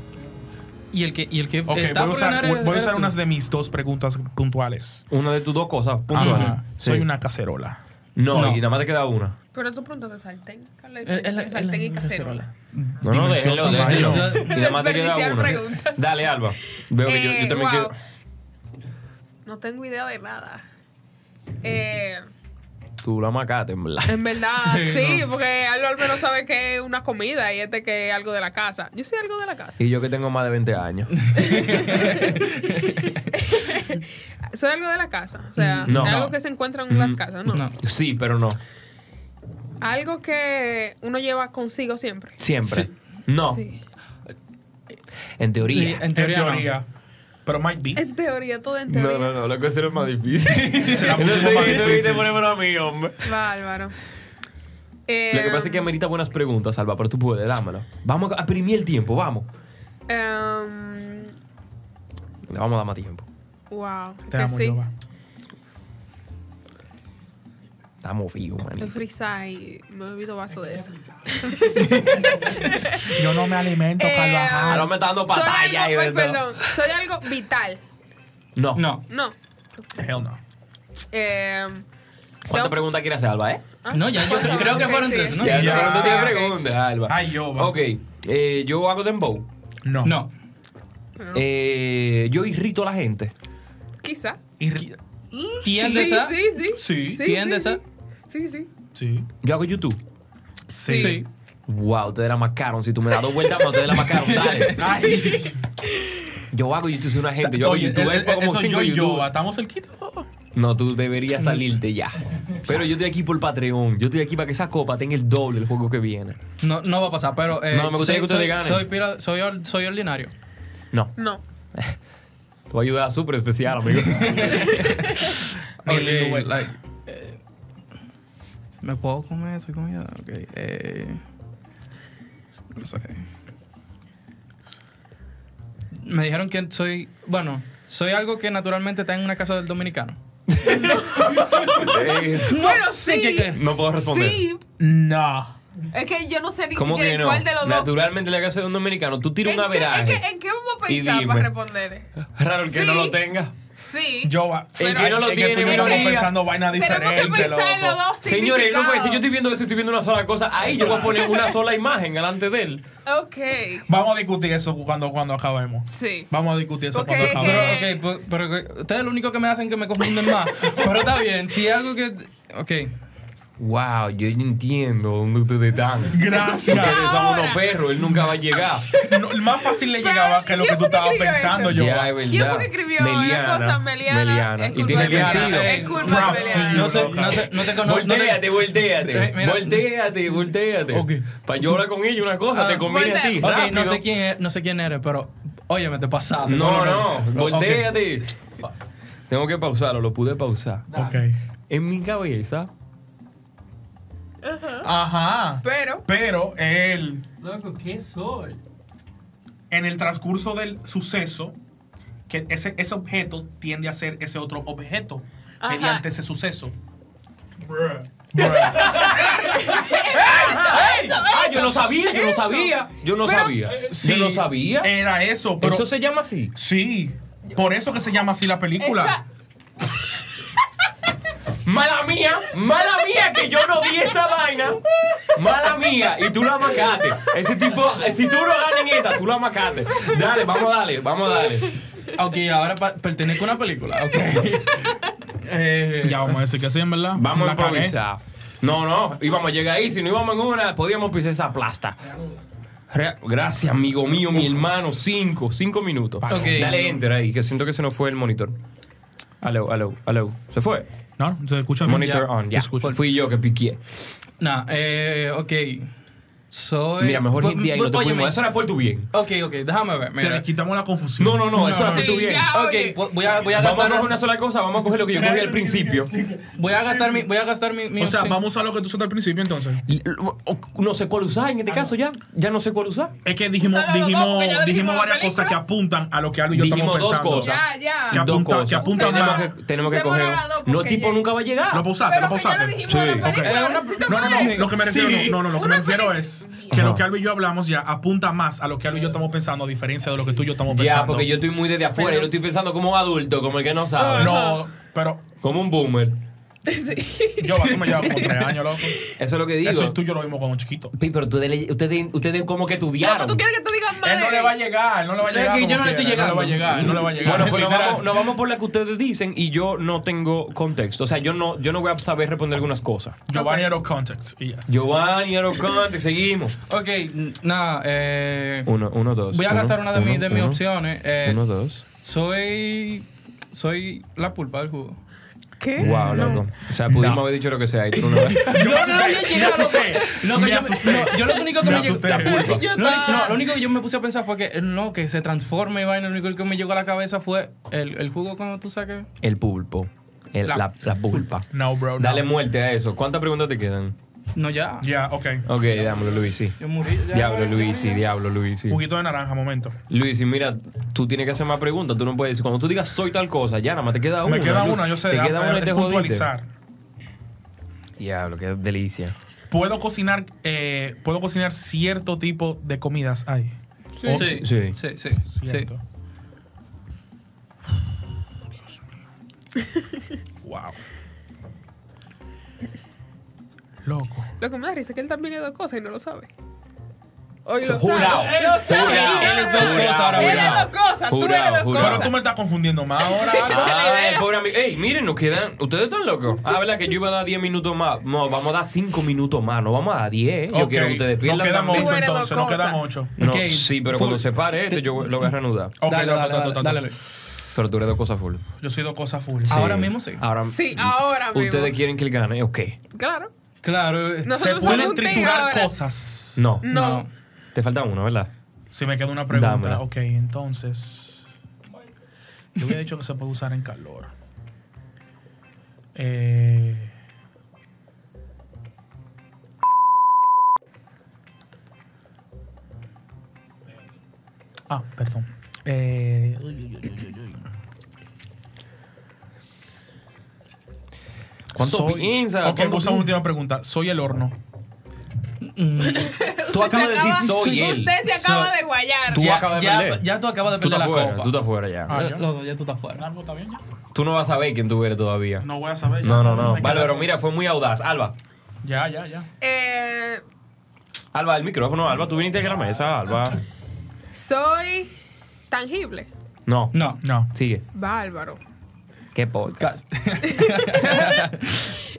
Speaker 3: Y el que, y el que
Speaker 4: Ok,
Speaker 3: está
Speaker 4: voy a
Speaker 3: por ganar
Speaker 4: usar,
Speaker 3: es-
Speaker 4: voy a
Speaker 3: es-
Speaker 4: usar unas de mis dos preguntas puntuales.
Speaker 1: Una de tus dos cosas, puntuales.
Speaker 4: Ajá.
Speaker 1: Ah, Sí.
Speaker 4: Soy una cacerola.
Speaker 1: No,
Speaker 3: No.
Speaker 1: y nada más te queda una.
Speaker 2: Pero tú pronto te salten. ¿cuál es la
Speaker 3: es
Speaker 2: diferencia?
Speaker 3: la- es la-
Speaker 2: Salten y
Speaker 3: es la
Speaker 2: cacerola.
Speaker 1: No, no,
Speaker 4: Dimensión,
Speaker 1: déjelo, déjelo.
Speaker 4: tamaño.
Speaker 1: Y nada más te queda
Speaker 2: Desperdiciar
Speaker 1: una.
Speaker 2: preguntas.
Speaker 1: Dale, Alba. Veo que yo, yo
Speaker 2: Eh,
Speaker 1: también
Speaker 2: wow.
Speaker 1: quiero.
Speaker 2: No tengo idea de nada. Eh,
Speaker 1: Tú la macaste, en verdad.
Speaker 2: en verdad,
Speaker 3: Sí,
Speaker 2: sí,
Speaker 3: no.
Speaker 2: porque Aldo al menos sabe que es una comida y este que es algo de la casa. Yo soy algo de la casa.
Speaker 1: Y yo que tengo más de 20 años.
Speaker 2: Soy algo de la casa. O sea,
Speaker 1: No.
Speaker 2: algo
Speaker 1: No.
Speaker 2: que se encuentra en las casas, ¿no?
Speaker 3: No.
Speaker 1: Sí, pero no.
Speaker 2: Algo que uno lleva consigo siempre.
Speaker 1: Siempre.
Speaker 3: Sí.
Speaker 1: No.
Speaker 2: Sí.
Speaker 1: En
Speaker 3: Sí,
Speaker 1: teoría.
Speaker 3: en
Speaker 4: En
Speaker 3: teoría. no.
Speaker 4: teoría. Pero might be.
Speaker 2: En teoría, todo en teoría.
Speaker 1: No, no, no, lo que será es más difícil.
Speaker 4: Será
Speaker 1: No
Speaker 4: muchísimo
Speaker 1: sé,
Speaker 4: más
Speaker 1: tú
Speaker 4: difícil.
Speaker 1: viniste a ponerme a mí, hombre.
Speaker 2: Bárbaro.
Speaker 1: Lo que
Speaker 4: Em.
Speaker 1: pasa es que amerita buenas preguntas, Alba, pero tú puedes, dámelo. Vamos a imprimir el tiempo, vamos.
Speaker 2: em,
Speaker 1: Le vamos a dar más tiempo.
Speaker 2: wow.
Speaker 4: Te
Speaker 2: que
Speaker 4: amo,
Speaker 2: sí.
Speaker 4: yo, va.
Speaker 1: Estamos vivos,
Speaker 2: Me
Speaker 1: manito.
Speaker 2: frisa y me he bebido vaso de eso.
Speaker 4: Yo no me alimento,
Speaker 2: Eh,
Speaker 4: Carvajal.
Speaker 1: Ahora me está dando
Speaker 2: Soy
Speaker 1: pantalla
Speaker 2: algo,
Speaker 1: ahí dentro.
Speaker 2: ay, perdón, soy algo vital.
Speaker 1: pues, No.
Speaker 3: No.
Speaker 2: No.
Speaker 4: Hell no.
Speaker 2: Em,
Speaker 1: ¿Cuántas
Speaker 2: yo-
Speaker 1: preguntas quiere hacer, Alba, eh?
Speaker 2: Ah,
Speaker 3: No, ya yo
Speaker 2: bueno,
Speaker 3: creo que
Speaker 2: ok,
Speaker 3: fueron
Speaker 2: sí.
Speaker 3: tres, ¿no?
Speaker 1: Ya,
Speaker 4: Ya.
Speaker 1: ya. No tiene
Speaker 2: Ah, ok.
Speaker 1: preguntas, Alba.
Speaker 4: Ay, yo, va.
Speaker 1: Ok, eh, yo hago dembow.
Speaker 4: No.
Speaker 3: No.
Speaker 1: Eh, yo irrito a la gente.
Speaker 2: Quizá.
Speaker 4: Ir-
Speaker 3: ¿Tiendes
Speaker 2: sí,
Speaker 3: a?
Speaker 2: sí, sí,
Speaker 4: Sí.
Speaker 2: Sí.
Speaker 3: ¿Tiendes a?
Speaker 2: Sí, sí.
Speaker 4: Sí.
Speaker 1: Yo hago YouTube.
Speaker 4: Sí.
Speaker 3: Sí.
Speaker 1: Wow, ustedes la marcaron. Si tú me das dos vueltas más, ustedes la marcaron. Dale.
Speaker 4: Ay,
Speaker 1: Yo hago YouTube, soy una gente. Yo hago
Speaker 4: Oye,
Speaker 1: YouTube.
Speaker 4: eh,
Speaker 1: Hay como
Speaker 4: eso
Speaker 1: cinco
Speaker 4: yo y yo,
Speaker 1: YouTube.
Speaker 4: va. estamos cerquita.
Speaker 1: No, tú deberías salirte ya. Pero yo estoy aquí por Patreon. Yo estoy aquí para que esa copa tenga el doble el juego que viene.
Speaker 3: No, no va a pasar, pero. eh,
Speaker 1: No, me gustaría que
Speaker 3: soy-
Speaker 1: ustedes
Speaker 3: soy- Soy, pira- soy, or- soy ordinario.
Speaker 1: No,
Speaker 2: No.
Speaker 1: tú ayudas a súper especial, amigo.
Speaker 4: Ni
Speaker 3: Ok,
Speaker 4: Lil Wayne.
Speaker 3: like, eh, ¿Me puedo comer? ¿Soy comida? Ok. Eh, no sé. Me dijeron que soy. Bueno, soy algo que naturalmente está en una casa del dominicano.
Speaker 1: Eh,
Speaker 3: No
Speaker 2: Bueno,
Speaker 3: sé
Speaker 2: sí.
Speaker 3: qué creer.
Speaker 1: no puedo responder.
Speaker 2: Sí.
Speaker 4: No.
Speaker 2: Es que yo no sé ni
Speaker 1: ¿Cómo
Speaker 2: siquiera
Speaker 1: que
Speaker 2: en
Speaker 1: no?
Speaker 2: cuál de los dos.
Speaker 1: Naturalmente le hagas a un dominicano. Tú tiras
Speaker 2: ¿En
Speaker 1: un
Speaker 2: qué-
Speaker 1: averaje.
Speaker 2: Es que, ¿En qué vamos a
Speaker 1: Y
Speaker 2: pensar
Speaker 1: dime.
Speaker 2: para responder?
Speaker 1: Raro el que no
Speaker 2: Sí.
Speaker 1: lo tenga.
Speaker 2: Sí.
Speaker 4: Yo va.
Speaker 1: El que no lo
Speaker 4: Es
Speaker 1: tiene,
Speaker 4: que estuvimos
Speaker 2: mira.
Speaker 4: pensando vainas
Speaker 2: Tenemos
Speaker 4: diferentes.
Speaker 2: que pensar en los
Speaker 4: loco.
Speaker 2: dos.
Speaker 1: Señores, no puede ser. Yo estoy
Speaker 2: significados.
Speaker 1: viendo eso, estoy viendo una sola cosa. Ahí yo voy a poner una sola imagen delante de él.
Speaker 2: Ok.
Speaker 4: Vamos a discutir eso cuando, cuando acabemos.
Speaker 2: Sí.
Speaker 4: Vamos a discutir eso
Speaker 2: Porque es
Speaker 4: cuando
Speaker 3: Ah, Pero,
Speaker 4: acabemos.
Speaker 2: Eh.
Speaker 3: ok, pero, pero que- ustedes lo único que me hacen es que me confunden más. Pero está bien, si algo que. Ok.
Speaker 1: Wow, yo no entiendo dónde ustedes están.
Speaker 4: Gracias.
Speaker 1: Ustedes son unos perros, él nunca va a llegar.
Speaker 4: No, el más fácil le
Speaker 2: Pero,
Speaker 4: llegaba que lo que
Speaker 2: ¿quién
Speaker 4: tú
Speaker 2: fue que
Speaker 4: estabas
Speaker 2: escribió
Speaker 4: pensando,
Speaker 2: eso?
Speaker 4: yo.
Speaker 1: Ya,
Speaker 4: va.
Speaker 1: es verdad.
Speaker 2: ¿Quién fue que escribió la cosa? Meliana. Es
Speaker 1: Y
Speaker 2: culpa
Speaker 1: tiene
Speaker 2: de Meliana.
Speaker 1: sentido.
Speaker 2: Es
Speaker 4: Eh,
Speaker 2: culpa de
Speaker 4: props to
Speaker 2: Meliana.
Speaker 4: you,
Speaker 3: No sé,
Speaker 4: loca.
Speaker 3: no sé, no te conozco. no te-
Speaker 1: Voltéate,
Speaker 3: Eh,
Speaker 1: voltéate.
Speaker 3: mira.
Speaker 1: Voltéate, voltéate.
Speaker 4: Ok.
Speaker 1: Para yo hablar con ella una cosa,
Speaker 3: Ah,
Speaker 1: te conviene a ti.
Speaker 3: Ok,
Speaker 1: Rápido.
Speaker 3: no sé quién es- no sé quién eres, pero óyeme, te pasaste.
Speaker 1: No, no,
Speaker 3: Ok.
Speaker 1: voltéate. Tengo que pausarlo, lo pude pausar.
Speaker 4: Ok.
Speaker 1: En mi cabeza,
Speaker 4: Ajá.
Speaker 2: Pero.
Speaker 4: Pero él,
Speaker 3: Loco, ¿qué soy?
Speaker 4: en el transcurso del suceso, que ese, ese objeto tiende a ser ese otro objeto
Speaker 2: Ajá.
Speaker 4: mediante ese suceso.
Speaker 1: Ah, yo no sabía, yo no sabía. Yo no
Speaker 2: Pero-
Speaker 1: sabía.
Speaker 4: Sí,
Speaker 1: Yo no sabía.
Speaker 4: Era eso, pero.
Speaker 1: Eso se llama así.
Speaker 4: Sí. Por eso que se llama así la película.
Speaker 2: Esa-
Speaker 1: Mala mía, mala mía que yo no vi esa vaina. Mala mía, y tú la macaste. Ese tipo, eh, si tú no ganas en esta, tú la macaste. Dale, vamos a darle, vamos a darle.
Speaker 3: Ok, ahora pa- pertenezco a una película. Ok. Eh,
Speaker 4: vamos a decir que sí, en verdad.
Speaker 1: Vamos a
Speaker 4: La cagué.
Speaker 1: improvisar. No, no, íbamos a llegar ahí. Si no íbamos en una, podíamos pisar esa plasta. Re- Gracias, amigo mío, mi hermano. Cinco, cinco minutos.
Speaker 3: Ok.
Speaker 1: Dale enter ahí, que siento que se nos fue el monitor. Aló, aló, aló. ¿Se fue?
Speaker 4: No, se escucha bien.
Speaker 1: Monitor
Speaker 3: ya.
Speaker 1: on, ya.
Speaker 4: Escucho.
Speaker 1: Fui yo que piqué.
Speaker 3: nah, eh, ok. Soy.
Speaker 1: Mira, mejor
Speaker 3: Bu-
Speaker 1: gente ahí
Speaker 3: bu-
Speaker 1: no te
Speaker 3: óyeme.
Speaker 1: fuimos. Eso era por tu bien.
Speaker 3: Ok, ok, déjame ver.
Speaker 4: Te
Speaker 3: Mira.
Speaker 4: le quitamos la confusión.
Speaker 1: No, no, no, eso era por
Speaker 2: Sí,
Speaker 1: tu bien.
Speaker 2: ya, oye.
Speaker 3: Ok, vo- voy a, voy a
Speaker 1: Vamos a
Speaker 3: gastar.
Speaker 1: coger una sola cosa, vamos a coger lo que yo cogí al principio.
Speaker 3: Voy a gastar mi. Voy a gastar mi. mi
Speaker 4: O sea,
Speaker 3: opción.
Speaker 4: vamos a usar lo que tú usaste al principio entonces.
Speaker 1: Y- o- No sé cuál usar en este caso ya. Ya no sé cuál usar.
Speaker 4: Es que dijimos,
Speaker 2: Úsalo los dos,
Speaker 4: dijimos,
Speaker 2: porque ya lo dijimos
Speaker 4: dijimos
Speaker 2: en la
Speaker 4: varias cosas
Speaker 2: película.
Speaker 4: que apuntan a lo que Aldo y yo
Speaker 1: Dijimos
Speaker 4: estamos
Speaker 1: dos
Speaker 4: pensando.
Speaker 1: cosas.
Speaker 2: Ya, ya.
Speaker 4: Que
Speaker 1: Dos
Speaker 4: apunta-
Speaker 1: cosas.
Speaker 4: que apunta
Speaker 1: tenemos
Speaker 2: más.
Speaker 1: que, tenemos que
Speaker 2: Usemos
Speaker 1: coger.
Speaker 2: las dos,
Speaker 1: No,
Speaker 2: porque
Speaker 1: tipo
Speaker 2: ya-
Speaker 1: nunca va a llegar.
Speaker 4: Lo pausaste,
Speaker 2: Pero
Speaker 4: lo
Speaker 2: que ya lo
Speaker 4: pausaste.
Speaker 2: dijimos
Speaker 1: Sí,
Speaker 2: en la
Speaker 1: ok.
Speaker 2: película.
Speaker 3: Era una-
Speaker 4: No,
Speaker 2: necesitamos
Speaker 4: no, no,
Speaker 2: eso.
Speaker 4: lo que me refiero,
Speaker 1: Sí.
Speaker 4: no, no, no, lo que
Speaker 2: Una
Speaker 4: me refiero
Speaker 2: feliz-
Speaker 4: es que
Speaker 1: Ajá.
Speaker 4: lo que Aldo y yo hablamos ya apunta más a lo que Aldo y yo estamos pensando, a diferencia de lo que tú y yo estamos pensando.
Speaker 1: Ya, porque yo estoy muy desde afuera. Yo lo estoy pensando como un adulto, como el que no sabe.
Speaker 4: No, pero
Speaker 1: Como un boomer.
Speaker 4: yo tú me llevas como tres años, loco.
Speaker 1: Eso es lo que digo.
Speaker 4: Eso y tú y yo lo vimos cuando chiquito.
Speaker 1: Pi, pero ustedes, ustedes, ustedes como que
Speaker 2: Loco,
Speaker 1: estudiaron.
Speaker 2: ¿Tú quieres que te digan más?
Speaker 4: Él no
Speaker 2: de-
Speaker 4: le va a llegar, él no le va a
Speaker 3: Es que
Speaker 4: llegar. como
Speaker 3: yo no le estoy
Speaker 4: quiera, él No le va a
Speaker 3: llegando.
Speaker 4: llegar, él no le va a llegar.
Speaker 1: Bueno, pues nos
Speaker 4: Literal.
Speaker 1: vamos, nos vamos por la que ustedes dicen y yo no tengo contexto. O sea, yo no, yo no voy a saber responder algunas cosas.
Speaker 4: Giovanni era context. y ya.
Speaker 1: Giovanni, Aerocante, seguimos.
Speaker 3: Ok, nada, eh.
Speaker 1: Uno, uno, dos.
Speaker 3: Voy a
Speaker 1: Uno,
Speaker 3: gastar una de,
Speaker 1: uno,
Speaker 3: mis- de mis
Speaker 1: uno,
Speaker 3: opciones. Eh,
Speaker 1: Uno, dos.
Speaker 3: Soy. Soy la pulpa del jugo.
Speaker 2: ¿Qué?
Speaker 1: Wow, loco. O sea, pudimos haber dicho lo que sea. y tú no-
Speaker 4: Yo me asusté, me asusté.
Speaker 3: No,
Speaker 4: Me
Speaker 3: yo,
Speaker 4: asusté.
Speaker 3: no, yo lo único que
Speaker 4: Me
Speaker 3: me, llegó.
Speaker 4: asusté.
Speaker 3: la pulpa.
Speaker 2: Yo
Speaker 3: Lo,
Speaker 2: estaba-
Speaker 3: uni- no, lo único que yo me puse a pensar fue que eh, no, que se transforma y vaina. Lo único que me llegó a la cabeza fue el, el jugo cuando tú saques.
Speaker 1: El pulpo. El- la,
Speaker 3: La-
Speaker 1: la pulpa.
Speaker 4: No, bro. no.
Speaker 1: Dale muerte a eso. ¿Cuántas preguntas te quedan?
Speaker 3: No, ya.
Speaker 4: Ya, ok.
Speaker 1: Ok, dámelo, Luisi.
Speaker 3: Yo morí. ya.
Speaker 1: Diablo, Luisi, diablo, Luisi.
Speaker 4: Juguito de naranja, momento.
Speaker 1: Luisi, mira, tú tienes que hacer más preguntas. Tú no puedes decir, cuando tú digas soy tal cosa, ya nada más te queda una.
Speaker 4: Me queda
Speaker 1: Lu-
Speaker 4: una, yo sé.
Speaker 1: Te
Speaker 4: ah,
Speaker 1: queda una y
Speaker 4: es
Speaker 1: te jodiste.
Speaker 4: puntualizar.
Speaker 1: Diablo, qué delicia.
Speaker 4: Puedo cocinar, eh, puedo cocinar cierto tipo de comidas ahí.
Speaker 3: Sí, sí,
Speaker 1: Sí.
Speaker 3: sí. sí, sí.
Speaker 4: Cierto. Dios mío. wow. Loco.
Speaker 2: Lo que me da risa es que él también es dos cosas y no lo sabe. Hoy
Speaker 1: So,
Speaker 2: lo
Speaker 1: jurado.
Speaker 2: sabe. Lo sabe.
Speaker 1: Jurado.
Speaker 2: y no
Speaker 1: Él
Speaker 2: lo
Speaker 1: es dos
Speaker 2: sabe.
Speaker 1: cosas ahora,
Speaker 2: Él es
Speaker 1: jurado.
Speaker 2: dos cosas. Tú
Speaker 1: Jurado,
Speaker 2: eres dos
Speaker 1: jurado.
Speaker 4: Pero
Speaker 2: cosas.
Speaker 4: tú me estás confundiendo más ahora. Alba.
Speaker 1: Ay,
Speaker 2: idea.
Speaker 1: pobre amigo. Ey, miren, nos quedan. Ustedes están locos. Ah, verdad que yo iba a dar 10 minutos más. No, vamos a dar 5 minutos más. No vamos a dar 10. Yo
Speaker 4: Ok,
Speaker 1: quiero que ustedes pierdan.
Speaker 4: Nos quedan
Speaker 1: también.
Speaker 2: Tú
Speaker 4: ocho
Speaker 2: eres
Speaker 4: entonces,
Speaker 2: dos
Speaker 4: nos
Speaker 2: cosas.
Speaker 4: quedan ocho.
Speaker 1: No,
Speaker 3: Ok,
Speaker 1: sí, pero
Speaker 3: full.
Speaker 1: cuando se pare esto, yo lo voy a reanudar.
Speaker 4: Ok,
Speaker 3: Dale,
Speaker 4: ta, ta,
Speaker 3: dale,
Speaker 4: ta,
Speaker 3: dale,
Speaker 4: ta, ta.
Speaker 3: dale, dale.
Speaker 1: Pero tú eres dos cosas full.
Speaker 4: Yo soy dos cosas full.
Speaker 1: Sí.
Speaker 3: Ahora mismo sí.
Speaker 1: Ahora,
Speaker 2: Sí, ahora mismo.
Speaker 1: ¿Ustedes quieren que él gane? Ok.
Speaker 2: Claro.
Speaker 3: Claro. eh,
Speaker 2: No.
Speaker 4: Se
Speaker 2: Nosotros somos
Speaker 4: pueden
Speaker 2: un team
Speaker 4: triturar
Speaker 2: ahora.
Speaker 4: cosas.
Speaker 1: No.
Speaker 2: No.
Speaker 3: No.
Speaker 1: Te falta uno, ¿verdad?
Speaker 4: Si me queda una pregunta.
Speaker 1: Dámela.
Speaker 4: Ok, entonces. Yo había dicho que se puede usar en calor. Eh, Ah, perdón. Eh, uy, uy, uy, uy, uy.
Speaker 1: ¿Cuánto
Speaker 4: Soy-
Speaker 1: piensa?
Speaker 4: Ok,
Speaker 1: ¿Cuánto
Speaker 4: usa
Speaker 1: piensa?
Speaker 4: una última pregunta. Soy el horno.
Speaker 1: Tú acabas de decir
Speaker 2: Acaba-
Speaker 1: soy él.
Speaker 2: Usted se acaba
Speaker 3: Soy-
Speaker 2: de guayar.
Speaker 1: Tú
Speaker 3: ya,
Speaker 1: acabas de
Speaker 3: ya-
Speaker 1: perder.
Speaker 3: ya tú acabas de
Speaker 1: Tú
Speaker 3: perder
Speaker 1: estás
Speaker 3: la
Speaker 1: fuera,
Speaker 3: copa.
Speaker 1: tú estás fuera ya.
Speaker 4: Ah, ya. Ah.
Speaker 3: Eh, Loco, ya tú estás fuera.
Speaker 4: ¿Algo está bien ya?
Speaker 1: Tú no vas a saber quién tú eres todavía.
Speaker 4: No voy a saber. ya.
Speaker 1: No, no, no.
Speaker 4: Me
Speaker 1: Vale,
Speaker 4: queda-
Speaker 1: pero mira, fue muy audaz. Alba,
Speaker 4: Ya, ya, ya.
Speaker 2: Eh,
Speaker 1: Alba, el micrófono. Alba, tú viniste aquí a la mesa, Alba.
Speaker 2: soy tangible.
Speaker 1: No.
Speaker 3: No.
Speaker 4: No.
Speaker 1: Sigue.
Speaker 2: Bárbaro.
Speaker 1: Qué podcast.
Speaker 3: Cas-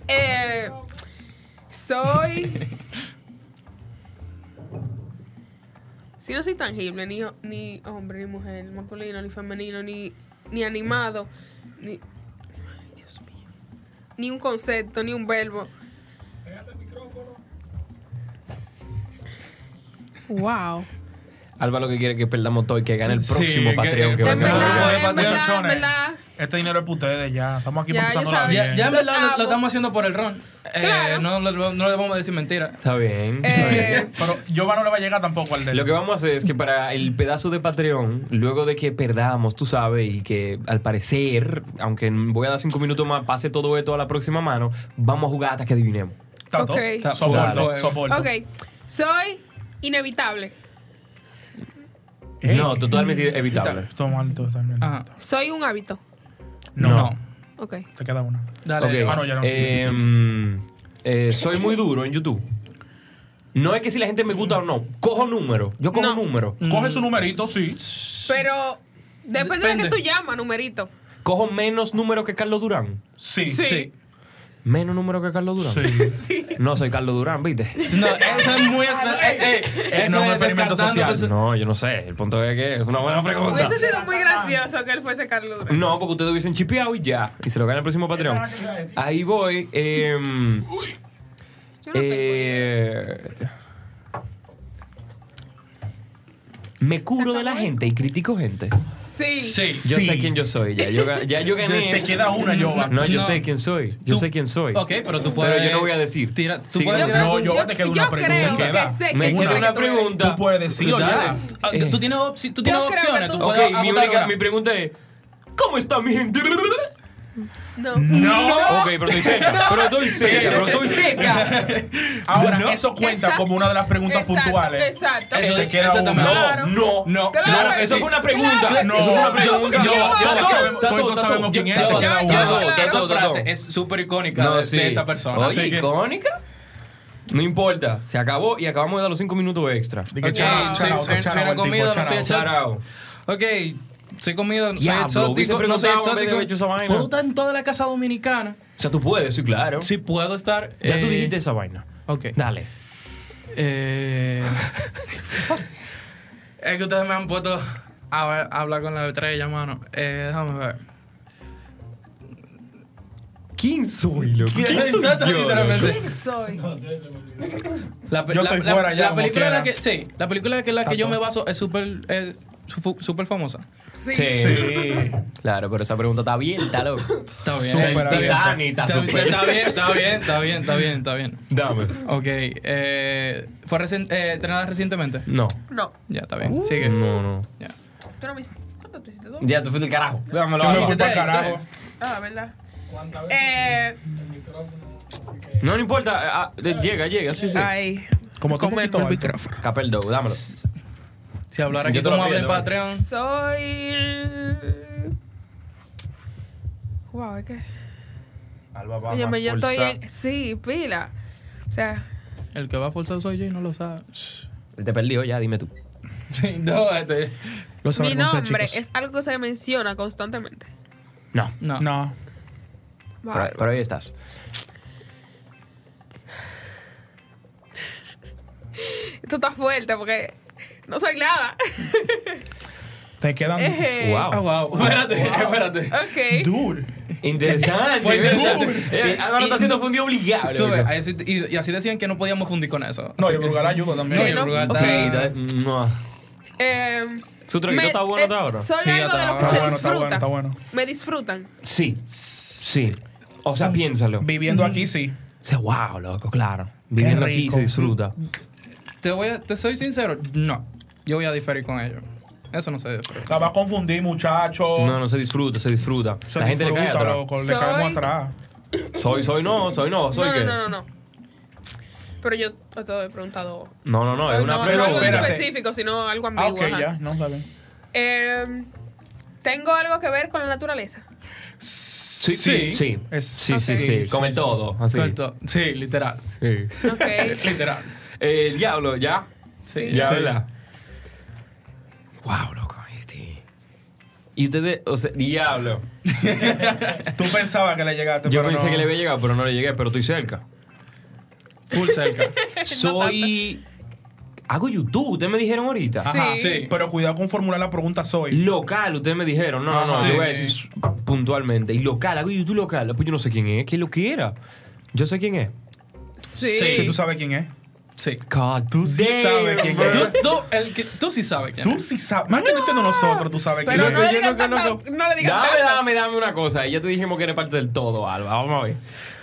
Speaker 2: Eh, soy. Si no soy tangible, ni, ni hombre, ni mujer, ni masculino, ni femenino, ni, ni animado, ni. Ay, Dios mío. Ni un concepto, ni un verbo. Wow.
Speaker 1: Alba lo que quiere es que perdamos todo y que gane el
Speaker 3: Sí,
Speaker 1: próximo
Speaker 3: que-
Speaker 1: Patreon que,
Speaker 3: que-
Speaker 1: va a
Speaker 2: En
Speaker 3: Pero
Speaker 1: ser.
Speaker 3: no,
Speaker 2: verdad,
Speaker 3: no,
Speaker 2: en
Speaker 3: no,
Speaker 2: verdad, en
Speaker 4: muchachones.
Speaker 2: verdad.
Speaker 4: Este dinero es para ustedes ya. Estamos aquí
Speaker 2: Ya,
Speaker 4: pasando
Speaker 2: ya
Speaker 4: la
Speaker 2: saben.
Speaker 4: vida.
Speaker 3: Ya, ya en
Speaker 2: Los
Speaker 3: verdad lo,
Speaker 2: amo.
Speaker 3: lo estamos haciendo por el ron. Eh,
Speaker 2: Claro.
Speaker 3: no, le- no le vamos a decir mentira.
Speaker 1: Está bien. está bien.
Speaker 2: Eh,
Speaker 4: Pero Jova no le va a llegar tampoco al de él.
Speaker 1: Lo que vamos a hacer es que para el pedazo de Patreon, luego de que perdamos, tú sabes, y que al parecer, aunque voy a dar cinco minutos más, pase todo esto a la próxima mano, vamos a jugar hasta que adivinemos.
Speaker 4: Está todo.
Speaker 2: Ok.
Speaker 4: Está-
Speaker 3: Dale.
Speaker 4: Soporto, soporto.
Speaker 2: ok. Soy inevitable.
Speaker 4: Ey.
Speaker 1: No, totalmente evitable.
Speaker 4: Esto mal totalmente.
Speaker 3: Ajá.
Speaker 2: Soy un hábito.
Speaker 4: No.
Speaker 3: No.
Speaker 2: Ok.
Speaker 4: Te queda una.
Speaker 3: Dale.
Speaker 1: Ok.
Speaker 4: Ah, no, ya no.
Speaker 1: Eh, mm, eh, soy muy duro en YouTube. No es que si la gente me gusta o no. Cojo número. Yo cojo
Speaker 2: No.
Speaker 1: número.
Speaker 4: Coge su numerito, sí.
Speaker 2: Pero depende, de
Speaker 3: Depende.
Speaker 2: que tú llamas, numerito.
Speaker 1: Cojo menos número que Carlos Durán.
Speaker 4: Sí.
Speaker 2: Sí.
Speaker 3: Sí.
Speaker 1: Menos número que Carlos Durán.
Speaker 4: Sí.
Speaker 1: No soy Carlos Durán, ¿viste?
Speaker 3: No, eso es muy.
Speaker 2: Ah,
Speaker 3: espe- eh, eh, eso
Speaker 4: no, un
Speaker 3: es
Speaker 4: experimento
Speaker 3: descartando
Speaker 4: social.
Speaker 3: cosas-
Speaker 1: No, yo no sé. El punto es que es una buena pregunta.
Speaker 2: Hubiese sido muy gracioso que él fuese Carlos Durán.
Speaker 1: No, porque ustedes hubiesen chipeado y ya. Y se lo gana el próximo Patreon.
Speaker 4: Esa era la que iba a decir.
Speaker 1: Ahí voy. em,
Speaker 2: Yo no
Speaker 1: eh, me curo de la gente y critico gente.
Speaker 2: tengo. Sí.
Speaker 3: Sí.
Speaker 1: Yo
Speaker 4: Sí.
Speaker 1: sé quién yo soy. Ya yo, ga- ya yo gané.
Speaker 4: Te queda una, Jova.
Speaker 1: No, yo
Speaker 3: No.
Speaker 1: sé quién soy. Yo
Speaker 3: Tú-
Speaker 1: sé quién soy.
Speaker 3: Ok, pero tú puedes.
Speaker 1: Pero yo no voy a decir.
Speaker 3: Tira, tú
Speaker 1: Sigue
Speaker 3: puedes
Speaker 1: la
Speaker 3: tirar-
Speaker 4: No,
Speaker 2: yo-
Speaker 4: Jova, te queda
Speaker 2: yo
Speaker 4: una pregunta.
Speaker 2: creo
Speaker 4: te
Speaker 2: que
Speaker 4: queda.
Speaker 2: sé que
Speaker 1: Me
Speaker 2: tú
Speaker 1: queda
Speaker 2: eres
Speaker 1: una
Speaker 2: que tú eres.
Speaker 1: pregunta.
Speaker 4: Tú puedes decir,
Speaker 1: Tú
Speaker 4: oye.
Speaker 1: ya.
Speaker 3: Ah, tú- Tú tienes, opci- tú tienes
Speaker 2: Yo creo que
Speaker 3: opciones.
Speaker 2: tú-
Speaker 3: tú
Speaker 1: Eh. Ok,
Speaker 3: puedes
Speaker 1: mi,
Speaker 3: apuntar
Speaker 1: única-
Speaker 3: una.
Speaker 1: mi pregunta es: ¿Cómo está mi gente?
Speaker 2: No.
Speaker 1: Ok, pero estoy cerca. Pero estoy cerca. Pero estoy cerca.
Speaker 4: Ahora,
Speaker 3: No.
Speaker 4: eso cuenta
Speaker 2: Exacto.
Speaker 4: como una de las preguntas
Speaker 2: Exacto,
Speaker 4: puntuales.
Speaker 2: Exacto.
Speaker 4: Eso te
Speaker 3: Eso-
Speaker 4: queda
Speaker 3: eso
Speaker 4: una.
Speaker 3: también.
Speaker 2: Claro.
Speaker 1: No,
Speaker 3: No,
Speaker 2: Claro,
Speaker 1: no, eso
Speaker 2: sí.
Speaker 1: fue una pregunta.
Speaker 2: Claro.
Speaker 1: Eso fue una
Speaker 4: No, yo-
Speaker 1: pregunta.
Speaker 4: yo-
Speaker 1: Ya
Speaker 4: yo-
Speaker 1: pasó.
Speaker 4: sabemos-
Speaker 1: Está
Speaker 4: todos
Speaker 1: todo, está
Speaker 4: sabemos
Speaker 1: todo.
Speaker 4: quién es,
Speaker 1: Ya
Speaker 4: te
Speaker 1: pasó,
Speaker 4: queda
Speaker 1: ya pasó,
Speaker 4: uno.
Speaker 1: ya
Speaker 3: Esa
Speaker 1: pasó, ya
Speaker 3: frase
Speaker 1: pasó.
Speaker 3: es súper icónica
Speaker 1: No,
Speaker 3: de,
Speaker 1: sí.
Speaker 3: de esa persona.
Speaker 1: Oye,
Speaker 3: así que,
Speaker 1: icónica. No importa, se acabó y acabamos de dar los cinco minutos extra.
Speaker 4: De que
Speaker 3: Ok,
Speaker 4: charao,
Speaker 3: soy-
Speaker 4: charao,
Speaker 3: soy- soy
Speaker 4: charao,
Speaker 3: una
Speaker 4: el tipo,
Speaker 3: comida, no soy
Speaker 4: charao.
Speaker 1: Charao.
Speaker 3: exótico. Ok, soy comido, soy
Speaker 1: Diablo, hubiese
Speaker 3: exótico, no
Speaker 1: preguntado en vez
Speaker 3: soy
Speaker 1: de
Speaker 3: exótico.
Speaker 1: haber hecho esa vaina.
Speaker 3: Puedo estar en toda la casa dominicana.
Speaker 1: O sea, tú puedes, sí, claro.
Speaker 3: Sí, puedo estar.
Speaker 1: Ya tú
Speaker 3: eh,
Speaker 1: dijiste esa vaina.
Speaker 3: Ok.
Speaker 1: Dale.
Speaker 3: Eh, es que ustedes me han puesto a, ver- a hablar con la estrella, mano. Eh, déjame ver.
Speaker 1: ¿Quién soy, loco? ¿Quién soy
Speaker 3: Exacto,
Speaker 1: yo?
Speaker 3: literalmente.
Speaker 2: ¿Quién soy?
Speaker 3: La, pe-
Speaker 4: Yo
Speaker 3: la-
Speaker 4: estoy
Speaker 3: la-
Speaker 4: fuera ya,
Speaker 3: la
Speaker 4: como
Speaker 3: película en la
Speaker 4: quiera.
Speaker 3: que, sí, la película en la que
Speaker 4: Está
Speaker 3: yo me
Speaker 4: todo.
Speaker 3: baso es súper eh, su- súper famosa.
Speaker 2: Sí.
Speaker 1: Sí.
Speaker 4: Sí.
Speaker 1: Claro, pero esa pregunta está abierta, loco.
Speaker 3: Está bien.
Speaker 4: Súper
Speaker 3: Está-
Speaker 4: abierta.
Speaker 1: Titanic está
Speaker 3: está
Speaker 1: súper.
Speaker 3: bien, está bien, está bien, está bien, está bien.
Speaker 1: Dame.
Speaker 3: Ok, eh, ¿fue recien- eh, entrenada recientemente?
Speaker 1: No.
Speaker 2: No.
Speaker 3: Ya, está bien, sigue.
Speaker 1: No, no.
Speaker 3: Ya.
Speaker 2: Tú no me hiciste. ¿Cuánto tú hiciste? ¿Dos?
Speaker 1: Ya te fuiste el carajo. Dámelo.
Speaker 4: Yo me
Speaker 1: vamos.
Speaker 4: fui para
Speaker 3: tres,
Speaker 4: carajo.
Speaker 2: Ah, ¿verdad? Eh,
Speaker 1: No, no importa. eh, ah, de- llega, llega, sí, sí.
Speaker 2: Ay.
Speaker 4: Como tú un
Speaker 2: Comerme
Speaker 4: poquito
Speaker 2: el
Speaker 4: alto.
Speaker 2: micrófono.
Speaker 1: Capel Dow, dámelo.
Speaker 3: Si hablar aquí
Speaker 1: Yo te ¿eh? lo
Speaker 3: como habla en
Speaker 1: aprieto, ¿vale?
Speaker 3: Patreon.
Speaker 2: Soy. Wow, es que. Oye, me- yo estoy en. Sí, pila. O sea,
Speaker 3: El que va forzado soy yo y no lo sabe.
Speaker 1: Él te perdió ya, dime tú.
Speaker 3: Sí, no, este.
Speaker 4: Los
Speaker 2: mi
Speaker 4: avergonzé,
Speaker 2: nombre
Speaker 4: chicos.
Speaker 2: es algo que se menciona constantemente.
Speaker 1: No.
Speaker 3: No.
Speaker 4: No.
Speaker 1: Pero, pero ahí estás.
Speaker 2: Esto está fuerte porque no soy nada.
Speaker 4: Te quedan.
Speaker 2: Eh,
Speaker 1: Wow.
Speaker 3: Ah, wow. Espérate, espérate.
Speaker 2: Ok.
Speaker 4: Dude.
Speaker 1: Interesante.
Speaker 3: Fue
Speaker 1: interesante.
Speaker 3: duro.
Speaker 1: Eh, Álvaro está siendo fundido obligado.
Speaker 3: Tú
Speaker 1: loco.
Speaker 3: ves,
Speaker 2: eh,
Speaker 3: ahí sí- y, y así decían que no podíamos fundir con eso.
Speaker 4: No,
Speaker 3: Así
Speaker 4: yo
Speaker 3: que-
Speaker 4: Brugal ayuda
Speaker 3: No,
Speaker 4: también.
Speaker 2: Que
Speaker 3: yo
Speaker 2: no-
Speaker 3: Brugal
Speaker 2: ok.
Speaker 1: Sí,
Speaker 3: está-
Speaker 1: está- Mua.
Speaker 2: Eh,
Speaker 1: Su traguito está bueno hasta ahora.
Speaker 2: Soy
Speaker 3: Sí,
Speaker 2: algo
Speaker 3: está
Speaker 2: de lo que
Speaker 3: bueno.
Speaker 2: se
Speaker 4: Está bueno, está
Speaker 2: disfruta.
Speaker 4: bueno, está bueno.
Speaker 2: Me disfrutan.
Speaker 1: Sí. Sí. O sea, piénsalo.
Speaker 4: Viviendo aquí, sí.
Speaker 1: O sea, wow, loco, claro. Viviendo aquí
Speaker 4: rico.
Speaker 1: se disfruta.
Speaker 3: Te, voy a- te soy sincero, no. Yo voy a diferir con ellos. Eso no se diferir.
Speaker 4: La va a confundir, muchacho.
Speaker 1: No, no se disfruta, se disfruta.
Speaker 4: Se
Speaker 1: La gente le cae
Speaker 4: disfruta,
Speaker 1: atrás.
Speaker 4: loco. Le
Speaker 2: Soy-
Speaker 4: caemos atrás.
Speaker 1: Soy, soy no, soy no, soy
Speaker 2: No,
Speaker 1: qué.
Speaker 2: no, no, no, no. Pero yo te he preguntado.
Speaker 1: No, no, no, es
Speaker 2: Soy
Speaker 1: una
Speaker 2: no, no
Speaker 1: pregunta.
Speaker 2: algo en
Speaker 4: espérate.
Speaker 2: específico, sino algo
Speaker 4: Ah,
Speaker 2: ambiguo.
Speaker 4: ok,
Speaker 2: ajá.
Speaker 4: ya. No, está bien.
Speaker 2: Eh, Tengo algo que ver con la naturaleza.
Speaker 1: Sí, sí,
Speaker 4: Sí.
Speaker 1: sí.
Speaker 4: Es-
Speaker 1: Sí,
Speaker 2: Ok.
Speaker 1: sí, Ah, sí,
Speaker 4: Sí,
Speaker 1: Come
Speaker 4: sí,
Speaker 1: todo, así.
Speaker 3: Corto. Sí, literal.
Speaker 1: Sí.
Speaker 2: Ok.
Speaker 3: Literal.
Speaker 1: Eh, El diablo, ya.
Speaker 3: Sí.
Speaker 1: Ya,
Speaker 4: Sí.
Speaker 1: ¿verdad? Wow, loco, este. Y ustedes, o sea, diablo.
Speaker 4: Tú pensabas que le llegaste,
Speaker 1: Yo
Speaker 4: pero
Speaker 1: pensé
Speaker 4: no.
Speaker 1: que le había llegado, pero no le llegué, pero estoy cerca.
Speaker 3: Full cerca.
Speaker 1: Soy. Hago YouTube, ustedes me dijeron ahorita.
Speaker 4: Ajá,
Speaker 2: Sí.
Speaker 4: sí. Pero cuidado con formular la pregunta soy.
Speaker 1: Local, ustedes me dijeron. No, no,
Speaker 4: Ah,
Speaker 1: no,
Speaker 3: Sí.
Speaker 1: yo voy a decir puntualmente. Y local, hago YouTube local. Pues yo no sé quién es, que lo que era. Yo sé quién es.
Speaker 2: Sí.
Speaker 4: Si tú sabes quién es.
Speaker 3: Sí.
Speaker 1: God, tú
Speaker 4: sí sabes quién es.
Speaker 3: Tú, tú, el que, tú sí sabes quién
Speaker 4: Tú
Speaker 3: es.
Speaker 4: sí sabes. Más que no entiendo nosotros, tú sabes quién
Speaker 2: Pero no
Speaker 4: es.
Speaker 2: le digas tanto, no le digas
Speaker 1: dame,
Speaker 2: tanto.
Speaker 1: Dame, dame una cosa. Y ya te dijimos que eres parte del todo, Alba. Vamos a ver.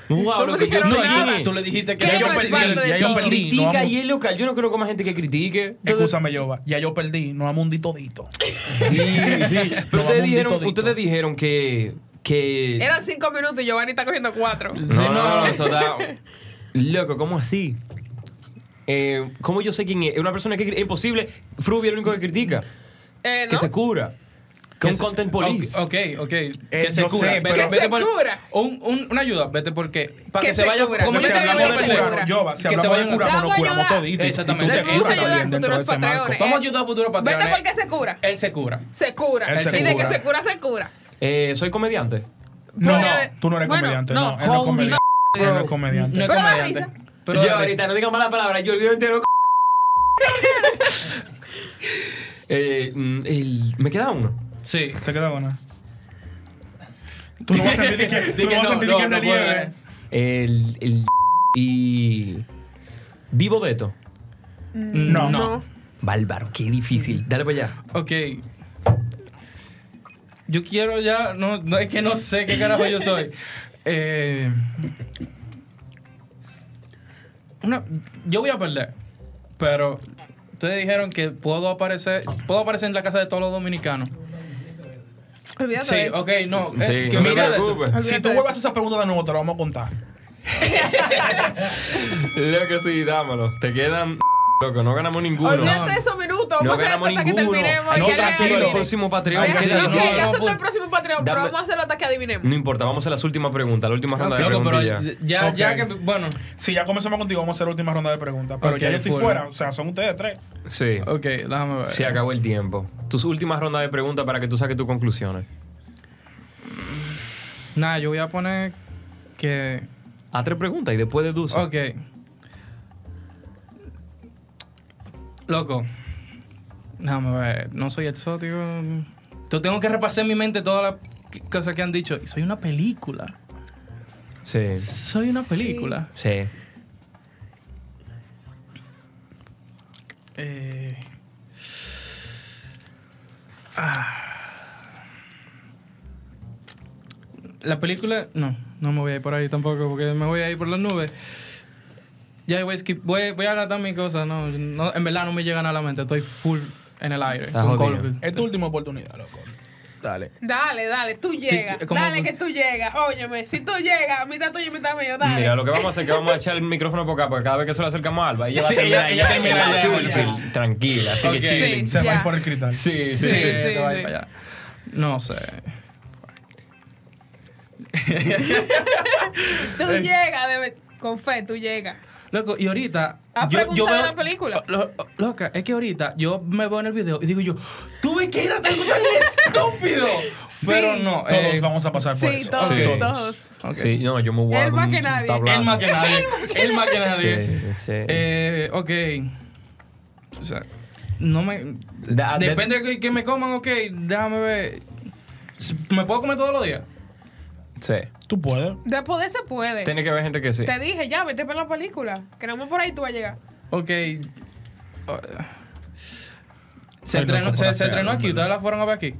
Speaker 1: Wow,
Speaker 2: me
Speaker 1: lo que yo
Speaker 2: dijeron
Speaker 1: sé
Speaker 2: nada.
Speaker 1: quién es.
Speaker 3: Tú le dijiste que
Speaker 2: ¿Qué
Speaker 4: Ya yo
Speaker 2: no es
Speaker 4: perdí,
Speaker 2: parte de
Speaker 4: ya yo
Speaker 2: todo?
Speaker 4: perdí. no
Speaker 1: Critica
Speaker 4: amo-
Speaker 1: y es local. Yo no conozco más gente que critique. Entonces-
Speaker 4: Escúchame, Yoba. Ya yo perdí. No amo un ditodito.
Speaker 1: Sí, sí.
Speaker 4: Lo
Speaker 1: Pero
Speaker 4: vamos
Speaker 1: ustedes
Speaker 4: un
Speaker 1: dijeron,
Speaker 4: ditodito.
Speaker 1: ustedes dijeron que. que...
Speaker 2: Eran cinco minutos y Giovanni está cogiendo cuatro.
Speaker 1: No, no, no, eso está- Loco, ¿cómo así? Eh, ¿Cómo yo sé quién es? Es una persona que es imposible. Frubi es el único que critica.
Speaker 2: Eh, ¿no?
Speaker 1: Que se cura. Que un
Speaker 3: se-
Speaker 1: content police.
Speaker 3: Ok, ok. ok. que se
Speaker 4: yo
Speaker 3: cura.
Speaker 4: sé,
Speaker 3: vete,
Speaker 4: pero-
Speaker 3: vete
Speaker 2: Que se
Speaker 3: por-
Speaker 2: cura.
Speaker 3: Un, un- una ayuda, vete porque. Para
Speaker 2: Que
Speaker 3: que,
Speaker 2: se
Speaker 3: se vaya.
Speaker 2: cura.
Speaker 3: como
Speaker 2: Que
Speaker 3: yo
Speaker 4: si
Speaker 2: se
Speaker 3: sé que
Speaker 4: hablamos
Speaker 2: vaya
Speaker 3: vamos
Speaker 4: de
Speaker 3: a perder.
Speaker 4: cura, Yoba, si
Speaker 3: Que se
Speaker 4: hablamos de
Speaker 3: vayan
Speaker 4: cura,
Speaker 2: a-
Speaker 4: no nos
Speaker 2: Vamos a
Speaker 4: curamos
Speaker 2: ayudar.
Speaker 4: todito. Y tú
Speaker 3: Exactamente.
Speaker 4: te
Speaker 2: Vamos a
Speaker 4: curas
Speaker 2: ayudar
Speaker 4: también
Speaker 2: a
Speaker 4: dentro de
Speaker 2: futuros
Speaker 4: ese marco.
Speaker 2: patrones.
Speaker 3: Vamos a ayudar a futuro
Speaker 2: Vete
Speaker 3: patrones.
Speaker 2: porque se cura.
Speaker 3: Él se cura.
Speaker 2: Se cura.
Speaker 4: Él
Speaker 2: Y
Speaker 4: se
Speaker 2: de
Speaker 4: cura.
Speaker 2: que se cura, se cura.
Speaker 1: Eh, soy comediante.
Speaker 4: No, no,
Speaker 2: Bueno,
Speaker 4: tú no eres
Speaker 2: bueno,
Speaker 4: comediante.
Speaker 2: no.
Speaker 4: No, él no es
Speaker 1: Holy
Speaker 4: comediante. Él no es
Speaker 3: No
Speaker 4: comediante.
Speaker 2: Pero
Speaker 3: es
Speaker 2: da
Speaker 3: comediante.
Speaker 2: risa.
Speaker 3: Pero
Speaker 1: yo
Speaker 3: da
Speaker 1: ahorita
Speaker 3: risa.
Speaker 1: no digan mala palabra, yo olvido entero. eh, mm, el- me queda uno.
Speaker 3: Sí.
Speaker 4: Te queda buena. Tú no vas a sentir ni que tú
Speaker 3: Di que
Speaker 4: no vas a
Speaker 3: no,
Speaker 4: sentir ni
Speaker 3: no,
Speaker 4: que
Speaker 3: no
Speaker 4: relieve.
Speaker 3: puede.
Speaker 1: El, el y vivo de esto.
Speaker 4: No.
Speaker 2: No.
Speaker 1: Bárbaro, qué difícil. Dale para allá.
Speaker 3: Ok. Yo quiero ya. No, no, es que no sé qué carajo yo soy. Eh, una- yo voy a perder. Pero ustedes dijeron que puedo aparecer. Puedo aparecer en la casa de todos los dominicanos.
Speaker 2: Olvídate
Speaker 3: Sí,
Speaker 2: de eso.
Speaker 3: ok, no.
Speaker 1: Sí,
Speaker 3: eh, que
Speaker 1: no te
Speaker 3: mira de eso.
Speaker 1: preocupes.
Speaker 4: Si tú vuelves a hacer esa pregunta de nuevo, te la vamos a contar.
Speaker 1: Loco, sí, dámelo. Te quedan. Loco, no ganamos ninguno.
Speaker 2: Olvídate de esos minutos.
Speaker 1: No
Speaker 2: Vamos a hacer
Speaker 1: ganamos
Speaker 2: esto hasta que
Speaker 1: ninguno.
Speaker 2: terminemos.
Speaker 1: No,
Speaker 2: y alguien
Speaker 1: tranquilo, el
Speaker 2: adivine.
Speaker 1: próximo Patreon.
Speaker 2: Deja-
Speaker 3: Ay, sí,
Speaker 1: queda-
Speaker 3: no,
Speaker 2: Ok,
Speaker 1: no,
Speaker 2: ya
Speaker 3: no,
Speaker 2: acepto
Speaker 3: pues-
Speaker 2: el próximo Patreon, pero
Speaker 1: Dame-
Speaker 2: vamos a hacerlo hasta que adivinemos.
Speaker 1: no importa, vamos a las últimas preguntas, la última ronda de
Speaker 3: Loco, pero
Speaker 1: preguntas
Speaker 3: ya,
Speaker 1: ya.
Speaker 3: ya,
Speaker 4: Ok.
Speaker 3: que. Bueno,
Speaker 4: Si ya comenzamos contigo, vamos a hacer la última ronda de preguntas. Pero
Speaker 3: Ok,
Speaker 4: ya yo estoy
Speaker 3: fuera.
Speaker 4: fuera. O sea, son ustedes tres.
Speaker 1: Sí.
Speaker 3: ok, déjame ver.
Speaker 1: Se acabó el tiempo. Tus últimas rondas de preguntas para que tú saques tus conclusiones.
Speaker 3: Nada, yo voy a poner que.
Speaker 1: A tres preguntas y después deduce.
Speaker 3: Ok. Loco. Déjame ver. No soy exótico. Yo tengo que repasar en mi mente todas las cosas que han dicho. Y Soy una película.
Speaker 1: Sí.
Speaker 3: Soy una película.
Speaker 1: Sí.
Speaker 3: Eh, la película, no, no me voy a ir por ahí tampoco, porque me voy a ir por las nubes. Ya voy a skip- voy, voy a gastar mi cosa, no, no, en verdad no me llegan a la mente, estoy full en el aire.
Speaker 1: Está
Speaker 3: con
Speaker 1: jodido.
Speaker 3: Colville.
Speaker 4: Es tu última oportunidad, loco. Dale.
Speaker 2: Dale, dale, tú llegas.
Speaker 3: ¿cómo-
Speaker 2: Dale que tú llegas. Óyeme, si tú llegas, mitad tuya y mitad mío, dale.
Speaker 1: Mira, lo que vamos a hacer es que vamos a echar el micrófono por acá, porque cada vez que se lo acercamos a Alba, ella va
Speaker 3: Sí,
Speaker 1: a terminar
Speaker 3: ella- ella
Speaker 1: allá
Speaker 3: termina
Speaker 1: en
Speaker 3: allá,
Speaker 1: Churchill. Tranquila, así
Speaker 3: Ok.
Speaker 1: que chilling.
Speaker 4: Se va a
Speaker 2: Ya.
Speaker 4: ir por el cristal.
Speaker 1: Sí, sí,
Speaker 3: Sí,
Speaker 1: sí.
Speaker 3: sí,
Speaker 2: sí,
Speaker 3: te vas
Speaker 2: sí.
Speaker 3: para allá. No sé.
Speaker 2: Tú
Speaker 1: eh.
Speaker 2: llegas, debe... con fe, tú llegas.
Speaker 3: Loco, y ahorita.
Speaker 2: ¿Has preguntado la película?
Speaker 3: Lo- loca, es que ahorita yo me veo en el video y digo yo, tuve que ir a tan estúpido. Pero no.
Speaker 4: Todos
Speaker 3: eh,
Speaker 4: vamos a pasar por
Speaker 2: Sí,
Speaker 4: eso.
Speaker 2: todos,
Speaker 1: Ah, pues, Sí.
Speaker 2: todos.
Speaker 3: ok.
Speaker 1: Sí, no, yo me voy a
Speaker 2: Él
Speaker 1: dar
Speaker 2: más
Speaker 1: un
Speaker 2: que nadie.
Speaker 1: tablazo.
Speaker 3: Él más que nadie. Él más que nadie.
Speaker 1: Sí, sí.
Speaker 3: Eh, ok. O sea, no me.
Speaker 1: Da- de-
Speaker 3: depende de que, que me coman, ok. Déjame ver. S- ¿Me puedo comer todos los días?
Speaker 1: sí.
Speaker 4: Tú puedes.
Speaker 2: Después de se puede.
Speaker 1: Tiene que haber gente que sí.
Speaker 2: Te dije, ya, vete para la película. Que no más por ahí tú vas a llegar.
Speaker 3: Ok. Oh, Se
Speaker 4: Ay, loco,
Speaker 3: entrenó, se,
Speaker 4: para
Speaker 3: se entrenó
Speaker 4: hacer
Speaker 3: aquí.
Speaker 4: algo,
Speaker 3: ¿Ustedes la fueron a ver aquí?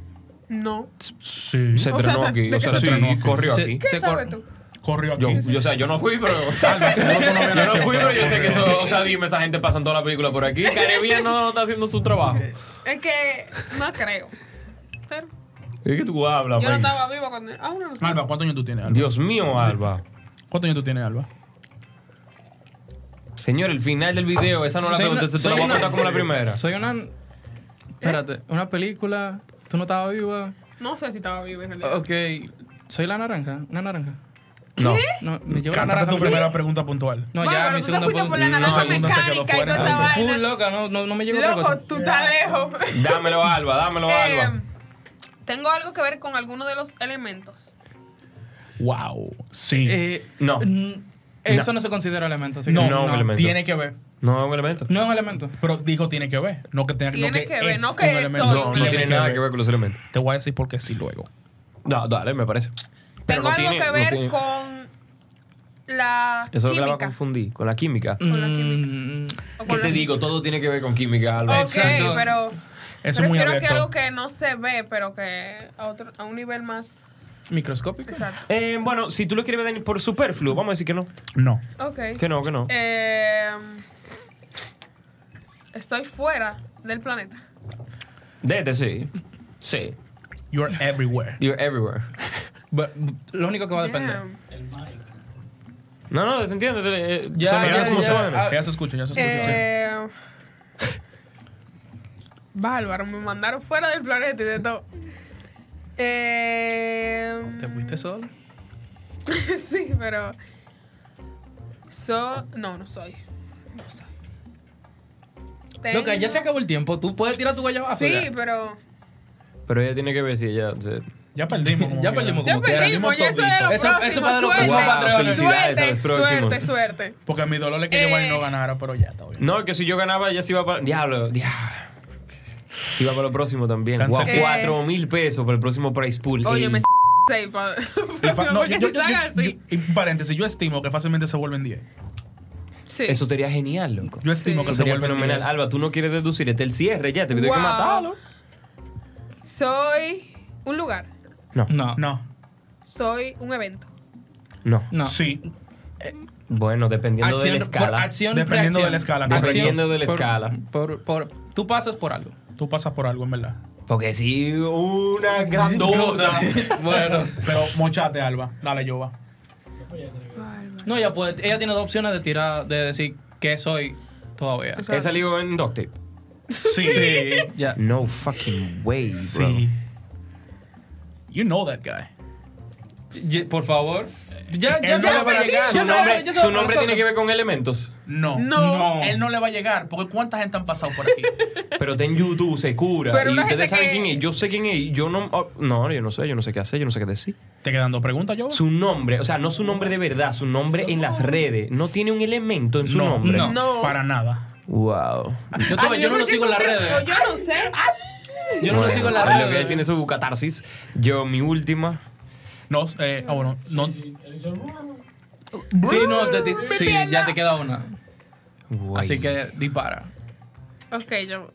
Speaker 2: No.
Speaker 4: Sí.
Speaker 1: Se
Speaker 2: O sea,
Speaker 1: entrenó
Speaker 2: se-
Speaker 1: aquí.
Speaker 2: ¿de
Speaker 1: O
Speaker 2: qué
Speaker 1: sea,
Speaker 4: se
Speaker 1: sí,
Speaker 4: entrenó aquí?
Speaker 1: corrió
Speaker 3: Se-
Speaker 1: aquí.
Speaker 2: ¿Qué
Speaker 3: Se
Speaker 2: sabes
Speaker 3: cor-
Speaker 2: tú?
Speaker 4: Corrió aquí.
Speaker 1: Yo, yo, o sea, yo no fui, pero.
Speaker 3: Ah,
Speaker 4: Alba, si no, tú no
Speaker 1: Yo
Speaker 4: vienes
Speaker 1: no
Speaker 4: siempre.
Speaker 1: fui, pero yo sé que eso. O sea, dime, esa gente pasan toda la película por aquí. Carevía no está haciendo su trabajo.
Speaker 2: Es que no creo. Pero
Speaker 1: Es que tú hablas,
Speaker 2: yo no
Speaker 1: man.
Speaker 2: estaba viva cuando. Ah, no.
Speaker 4: Alba, ¿cuántos años tú tienes, Alba?
Speaker 1: Dios mío, Alba.
Speaker 4: ¿Cuántos años tú tienes, Alba?
Speaker 1: Señor, el final del video, esa no la
Speaker 3: Soy
Speaker 1: pregunté.
Speaker 3: una-
Speaker 1: Te te la
Speaker 3: soy
Speaker 1: voy a
Speaker 3: una-
Speaker 1: contar como la primera.
Speaker 3: Soy una. Espérate, una película. ¿Tú no estabas viva?
Speaker 2: No sé si estaba viva en realidad.
Speaker 1: Oh,
Speaker 3: Ok. ¿Soy la naranja? ¿Una naranja?
Speaker 1: No.
Speaker 3: No, me llevo la
Speaker 4: Cántate
Speaker 3: naranja.
Speaker 4: tu primera pregunta puntual.
Speaker 3: No,
Speaker 2: Bárbaro,
Speaker 3: ya, mi
Speaker 2: tú
Speaker 3: segunda
Speaker 2: te fuiste por la
Speaker 1: no,
Speaker 2: naranja
Speaker 1: segunda
Speaker 4: se quedó
Speaker 2: mecánica y toda
Speaker 4: fuera.
Speaker 2: esa
Speaker 3: Full
Speaker 2: vaina.
Speaker 3: loca, no, no, no me llegó otra
Speaker 2: Loco,
Speaker 3: cosa.
Speaker 2: tú estás lejos.
Speaker 1: Dámelo, Alba, dámelo, Alba.
Speaker 2: Eh, tengo algo que ver con alguno de los elementos.
Speaker 4: Wow. Sí.
Speaker 3: Eh,
Speaker 1: No.
Speaker 3: n- Eso no. se considera elemento. así que
Speaker 1: No, no, un elemento.
Speaker 4: Tiene que ver.
Speaker 1: No es un elemento.
Speaker 3: No es un elemento.
Speaker 4: Pero dijo tiene que ver. No que tenga
Speaker 2: Tiene
Speaker 4: no que,
Speaker 2: que ver,
Speaker 4: es
Speaker 2: no que
Speaker 4: un
Speaker 2: es
Speaker 4: elemento.
Speaker 2: solo
Speaker 1: No, no
Speaker 2: Tiene
Speaker 1: tiene
Speaker 2: que
Speaker 1: nada que ver con los elementos.
Speaker 4: Te voy a decir por qué sí luego.
Speaker 1: No, dale, me parece. Pero
Speaker 2: tengo
Speaker 1: no
Speaker 2: algo
Speaker 1: tiene-
Speaker 2: que
Speaker 1: no
Speaker 2: ver
Speaker 1: tiene-
Speaker 2: con la
Speaker 1: Eso es lo que la va a
Speaker 2: química.
Speaker 1: confundir, con la química.
Speaker 2: Con la química.
Speaker 3: Mm,
Speaker 2: O
Speaker 1: ¿Qué
Speaker 2: con
Speaker 1: te
Speaker 2: la-
Speaker 1: digo? Todo tiene que ver con química, Alba.
Speaker 2: Ok,
Speaker 3: Exacto.
Speaker 2: pero
Speaker 4: Eso es muy
Speaker 2: prefiero que
Speaker 4: abierto.
Speaker 2: algo que no se ve, pero que a, otro, a un nivel más
Speaker 3: Microscópico.
Speaker 2: exacto.
Speaker 1: Eh, bueno, si tú lo quieres ver por superfluo, vamos a decir que no.
Speaker 4: No.
Speaker 2: Ok.
Speaker 1: Que no, que no.
Speaker 2: Eh, estoy fuera del planeta.
Speaker 1: Dete, sí. Sí.
Speaker 4: You're everywhere.
Speaker 1: You're everywhere.
Speaker 3: But- Mm, lo único que va a depender.
Speaker 2: Damn.
Speaker 1: No, no, desentiéndete. eh,
Speaker 3: Ya,
Speaker 1: se me
Speaker 3: ya,
Speaker 1: olvida cómo
Speaker 3: ya.
Speaker 1: se van.
Speaker 3: Ah,
Speaker 4: Ya se escucha, ya se escucha.
Speaker 2: Eh, bárbaro, me mandaron fuera del planeta y de todo. Eh,
Speaker 3: ¿Te fuiste solo?
Speaker 2: sí, pero. So, no, no soy. No soy.
Speaker 3: Loca, ya se
Speaker 2: Tengo-
Speaker 3: acabó Ah, el tiempo. Tú puedes tirar tu guayabazo.
Speaker 2: Mm. Sí,
Speaker 3: ya.
Speaker 2: pero.
Speaker 1: Pero ella tiene que ver si ella. se-
Speaker 4: Ya perdimos. como
Speaker 3: Ya
Speaker 4: quiera.
Speaker 3: perdimos
Speaker 2: Ya
Speaker 3: como quiera.
Speaker 2: perdimos, ya eso es de lo
Speaker 3: Eso- eso
Speaker 2: próximo.
Speaker 3: va de lo
Speaker 2: suerte,
Speaker 3: próximo,
Speaker 1: Patreones. Felicidades a
Speaker 2: suerte,
Speaker 1: los próximos.
Speaker 2: suerte, suerte.
Speaker 4: Porque mi dolor es que yo
Speaker 2: Eh.
Speaker 4: no ganara, pero ya está bien.
Speaker 1: No, que si yo ganaba, ella se iba para. Diablo, diablo. Se iba para lo próximo también.
Speaker 4: Tan
Speaker 1: Guau,
Speaker 4: cerca.
Speaker 1: cuatro mil pesos para el próximo price pool.
Speaker 2: Oye,
Speaker 1: Ey.
Speaker 2: me seis, pa-
Speaker 4: Y fa- no,
Speaker 2: Porque
Speaker 4: yo-
Speaker 2: si
Speaker 4: yo-
Speaker 2: sacan
Speaker 4: yo-
Speaker 2: así.
Speaker 4: yo- y paréntesis, yo estimo que fácilmente se vuelven 10.
Speaker 2: Sí.
Speaker 1: Eso sería genial, loco.
Speaker 4: Yo estimo
Speaker 1: Eso
Speaker 4: que se
Speaker 1: sería
Speaker 4: vuelven
Speaker 1: fenomenal.
Speaker 4: 10.
Speaker 1: Alba, tú no quieres deducir, este es el cierre ya, te pido que
Speaker 2: Guau.
Speaker 1: matarlo.
Speaker 2: Soy un lugar.
Speaker 1: No,
Speaker 3: No. No.
Speaker 4: No.
Speaker 2: Soy un evento.
Speaker 1: no.
Speaker 4: Sí.
Speaker 1: Bueno, dependiendo de
Speaker 3: Acción,
Speaker 1: la
Speaker 3: por
Speaker 1: escala.
Speaker 3: acción
Speaker 4: Dependiendo de
Speaker 3: reacción.
Speaker 4: la escala,
Speaker 3: Acción
Speaker 1: Dependiendo de la
Speaker 3: por-
Speaker 1: escala.
Speaker 3: Por, por- tú pasas por algo.
Speaker 4: Tú pasas por algo, en verdad.
Speaker 1: Porque si una grandota.
Speaker 3: bueno.
Speaker 4: Pero mochate, Alba. Dale, yo va.
Speaker 3: No, ella, puede, ella tiene dos opciones de tirar, de decir que soy todavía.
Speaker 1: He salido en duct tape.
Speaker 4: Sí. Sí.
Speaker 3: Ya.
Speaker 1: No fucking way, bro.
Speaker 4: You know that guy.
Speaker 3: Ye- Por favor. Ya,
Speaker 4: Él no le va a
Speaker 3: sabe-
Speaker 4: llegar.
Speaker 3: ya
Speaker 1: Su
Speaker 3: sabe-
Speaker 1: nombre,
Speaker 3: ya
Speaker 1: su
Speaker 3: sabe
Speaker 1: nombre
Speaker 3: nosotros.
Speaker 1: tiene que ver con elementos.
Speaker 4: No.
Speaker 2: No.
Speaker 4: Él no le va a llegar. Porque ¿cuánta gente han pasado por aquí?
Speaker 1: Pero está en YouTube, se cura.
Speaker 2: Pero
Speaker 1: y
Speaker 2: una
Speaker 1: ustedes
Speaker 2: gente
Speaker 1: saben
Speaker 2: que-
Speaker 1: quién es. Yo sé quién es. Yo no. oh, no, yo no sé. Yo no sé qué hacer. Yo no sé qué decir.
Speaker 4: ¿Te quedan dos preguntas, yo?
Speaker 1: Su nombre, o sea, no su nombre de verdad, su nombre en las redes. No tiene un elemento en su
Speaker 4: no,
Speaker 1: nombre.
Speaker 4: no,
Speaker 2: No.
Speaker 4: Para nada.
Speaker 1: Wow.
Speaker 3: Ah, Yo, todavía- yo no lo sigo en las redes.
Speaker 2: Yo no sé.
Speaker 3: Yo no lo
Speaker 1: Bueno,
Speaker 3: sigo en las
Speaker 1: ahí lo que él
Speaker 3: redes.
Speaker 1: tiene su catarsis. Yo, mi última.
Speaker 4: No, eh, ah, bueno, no.
Speaker 3: Sí, no, te- te- sí,
Speaker 2: pierna.
Speaker 3: ya te queda una.
Speaker 1: Guay.
Speaker 3: Así que dispara.
Speaker 2: Ok, yo.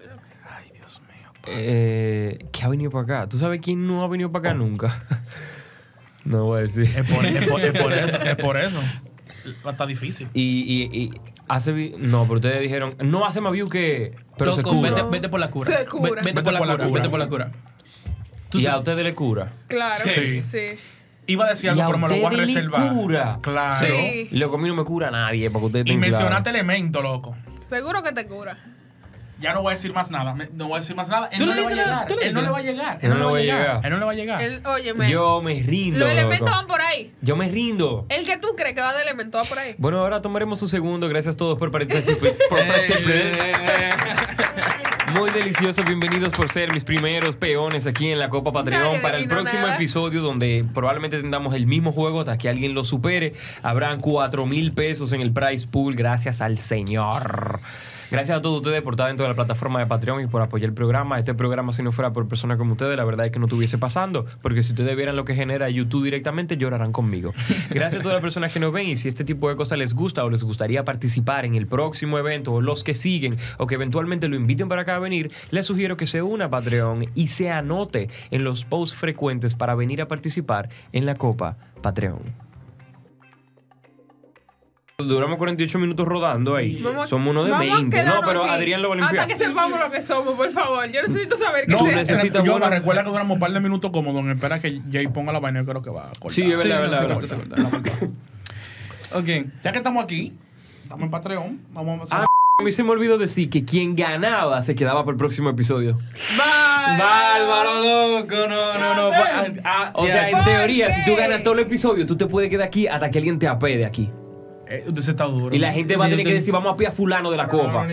Speaker 1: Eh, ¿Qué ha venido para acá? ¿Tú sabes quién no ha venido para acá nunca? No voy a decir.
Speaker 4: Es por, es por- es por eso, es por eso. Va a estar difícil.
Speaker 1: Y, y- y hace. vi- No, pero ustedes dijeron. No hace más view que. Pero se
Speaker 3: Loco,
Speaker 1: cura.
Speaker 3: Vete, vete por la cura.
Speaker 2: Se cura.
Speaker 3: Ve- Vete, por la cura. Vete por la cura. Tú
Speaker 1: y a
Speaker 3: sabes-
Speaker 1: ustedes le cura.
Speaker 2: Claro,
Speaker 4: Sí.
Speaker 2: sí.
Speaker 4: Iba a decir algo,
Speaker 1: Y a
Speaker 4: pero me lo voy a
Speaker 1: ustedes le
Speaker 4: reservar.
Speaker 1: cura.
Speaker 4: Claro.
Speaker 2: Sí.
Speaker 1: Loco, a mí no me cura a nadie, porque ustedes
Speaker 4: Y
Speaker 1: estén claros.
Speaker 4: mencionaste elemento, loco.
Speaker 2: Seguro que te cura.
Speaker 4: Ya no voy a decir más nada. me- No voy a decir más nada. Él
Speaker 3: Tú
Speaker 4: no
Speaker 3: le
Speaker 4: le va a
Speaker 3: dijiste la-
Speaker 4: llegar.
Speaker 3: tú le
Speaker 4: Él no
Speaker 3: dijiste
Speaker 4: le
Speaker 3: la-
Speaker 4: va a llegar.
Speaker 1: Él no le va a llegar.
Speaker 4: Él no le va a llegar.
Speaker 2: El, óyeme,
Speaker 1: Ah. Yo me rindo.
Speaker 2: los elementos
Speaker 1: loco.
Speaker 2: van por ahí.
Speaker 1: Yo me rindo.
Speaker 2: El que tú crees que va de elemento va por ahí.
Speaker 1: Bueno, ahora tomaremos un segundo. Gracias a todos por participar. por
Speaker 3: Eh,
Speaker 1: participar.
Speaker 3: eh,
Speaker 1: Muy delicioso. Bienvenidos por ser mis primeros peones aquí en la Copa
Speaker 2: Nadie
Speaker 1: Patreon para el
Speaker 2: adivinó
Speaker 1: próximo
Speaker 2: nada.
Speaker 1: episodio donde probablemente tendamos el mismo juego hasta que alguien lo supere. Habrán 4 mil pesos en el prize pool. Gracias al señor. Gracias a todos ustedes por estar dentro de la plataforma de Patreon y por apoyar el programa. Este programa, si no fuera por personas como ustedes, la verdad es que no estuviese pasando. Porque si ustedes vieran lo que genera YouTube directamente, llorarán conmigo. Gracias a todas las personas que nos ven. Y si este tipo de cosas les gusta o les gustaría participar en el próximo evento o los que siguen o que eventualmente lo inviten para acá a venir, les sugiero que se una a Patreon y se anote en los posts frecuentes para venir a participar en la Copa Patreon. Duramos 48 minutos rodando ahí.
Speaker 2: Vamos-
Speaker 1: Somos uno de
Speaker 2: vamos a
Speaker 1: 20. No,
Speaker 2: quedarnos
Speaker 1: pero
Speaker 2: aquí
Speaker 1: Adrián lo va a limpiar.
Speaker 2: Hasta que sepamos lo que somos, por favor. Yo necesito saber qué
Speaker 4: No,
Speaker 1: se-
Speaker 2: es eso.
Speaker 1: neces- necesita
Speaker 4: necesita yo
Speaker 1: buena-
Speaker 4: me recuerda que duramos un par de minutos cómodos en espera que Jay ponga la vaina. Yo creo que va a cortar.
Speaker 1: Sí, es
Speaker 3: Sí,
Speaker 1: verdad,
Speaker 3: no,
Speaker 1: verdad,
Speaker 3: se
Speaker 1: verdad.
Speaker 3: corta, se corta, la corta. Ok.
Speaker 4: Ya que estamos aquí, estamos en Patreon. Vamos a
Speaker 1: Ah, A mí se me olvidó decir que quien ganaba se quedaba para el próximo episodio.
Speaker 2: Bye.
Speaker 3: Bárbaro loco, no, no, no. pa- ah,
Speaker 1: O sea,
Speaker 2: ¿Por
Speaker 1: en teoría,
Speaker 2: qué?
Speaker 1: si tú ganas todo el episodio, tú te puedes quedar aquí hasta que alguien te apede aquí.
Speaker 4: Eh, Entonces está duro.
Speaker 1: Y la gente va a tener que decir, vamos a pie a fulano de la copa.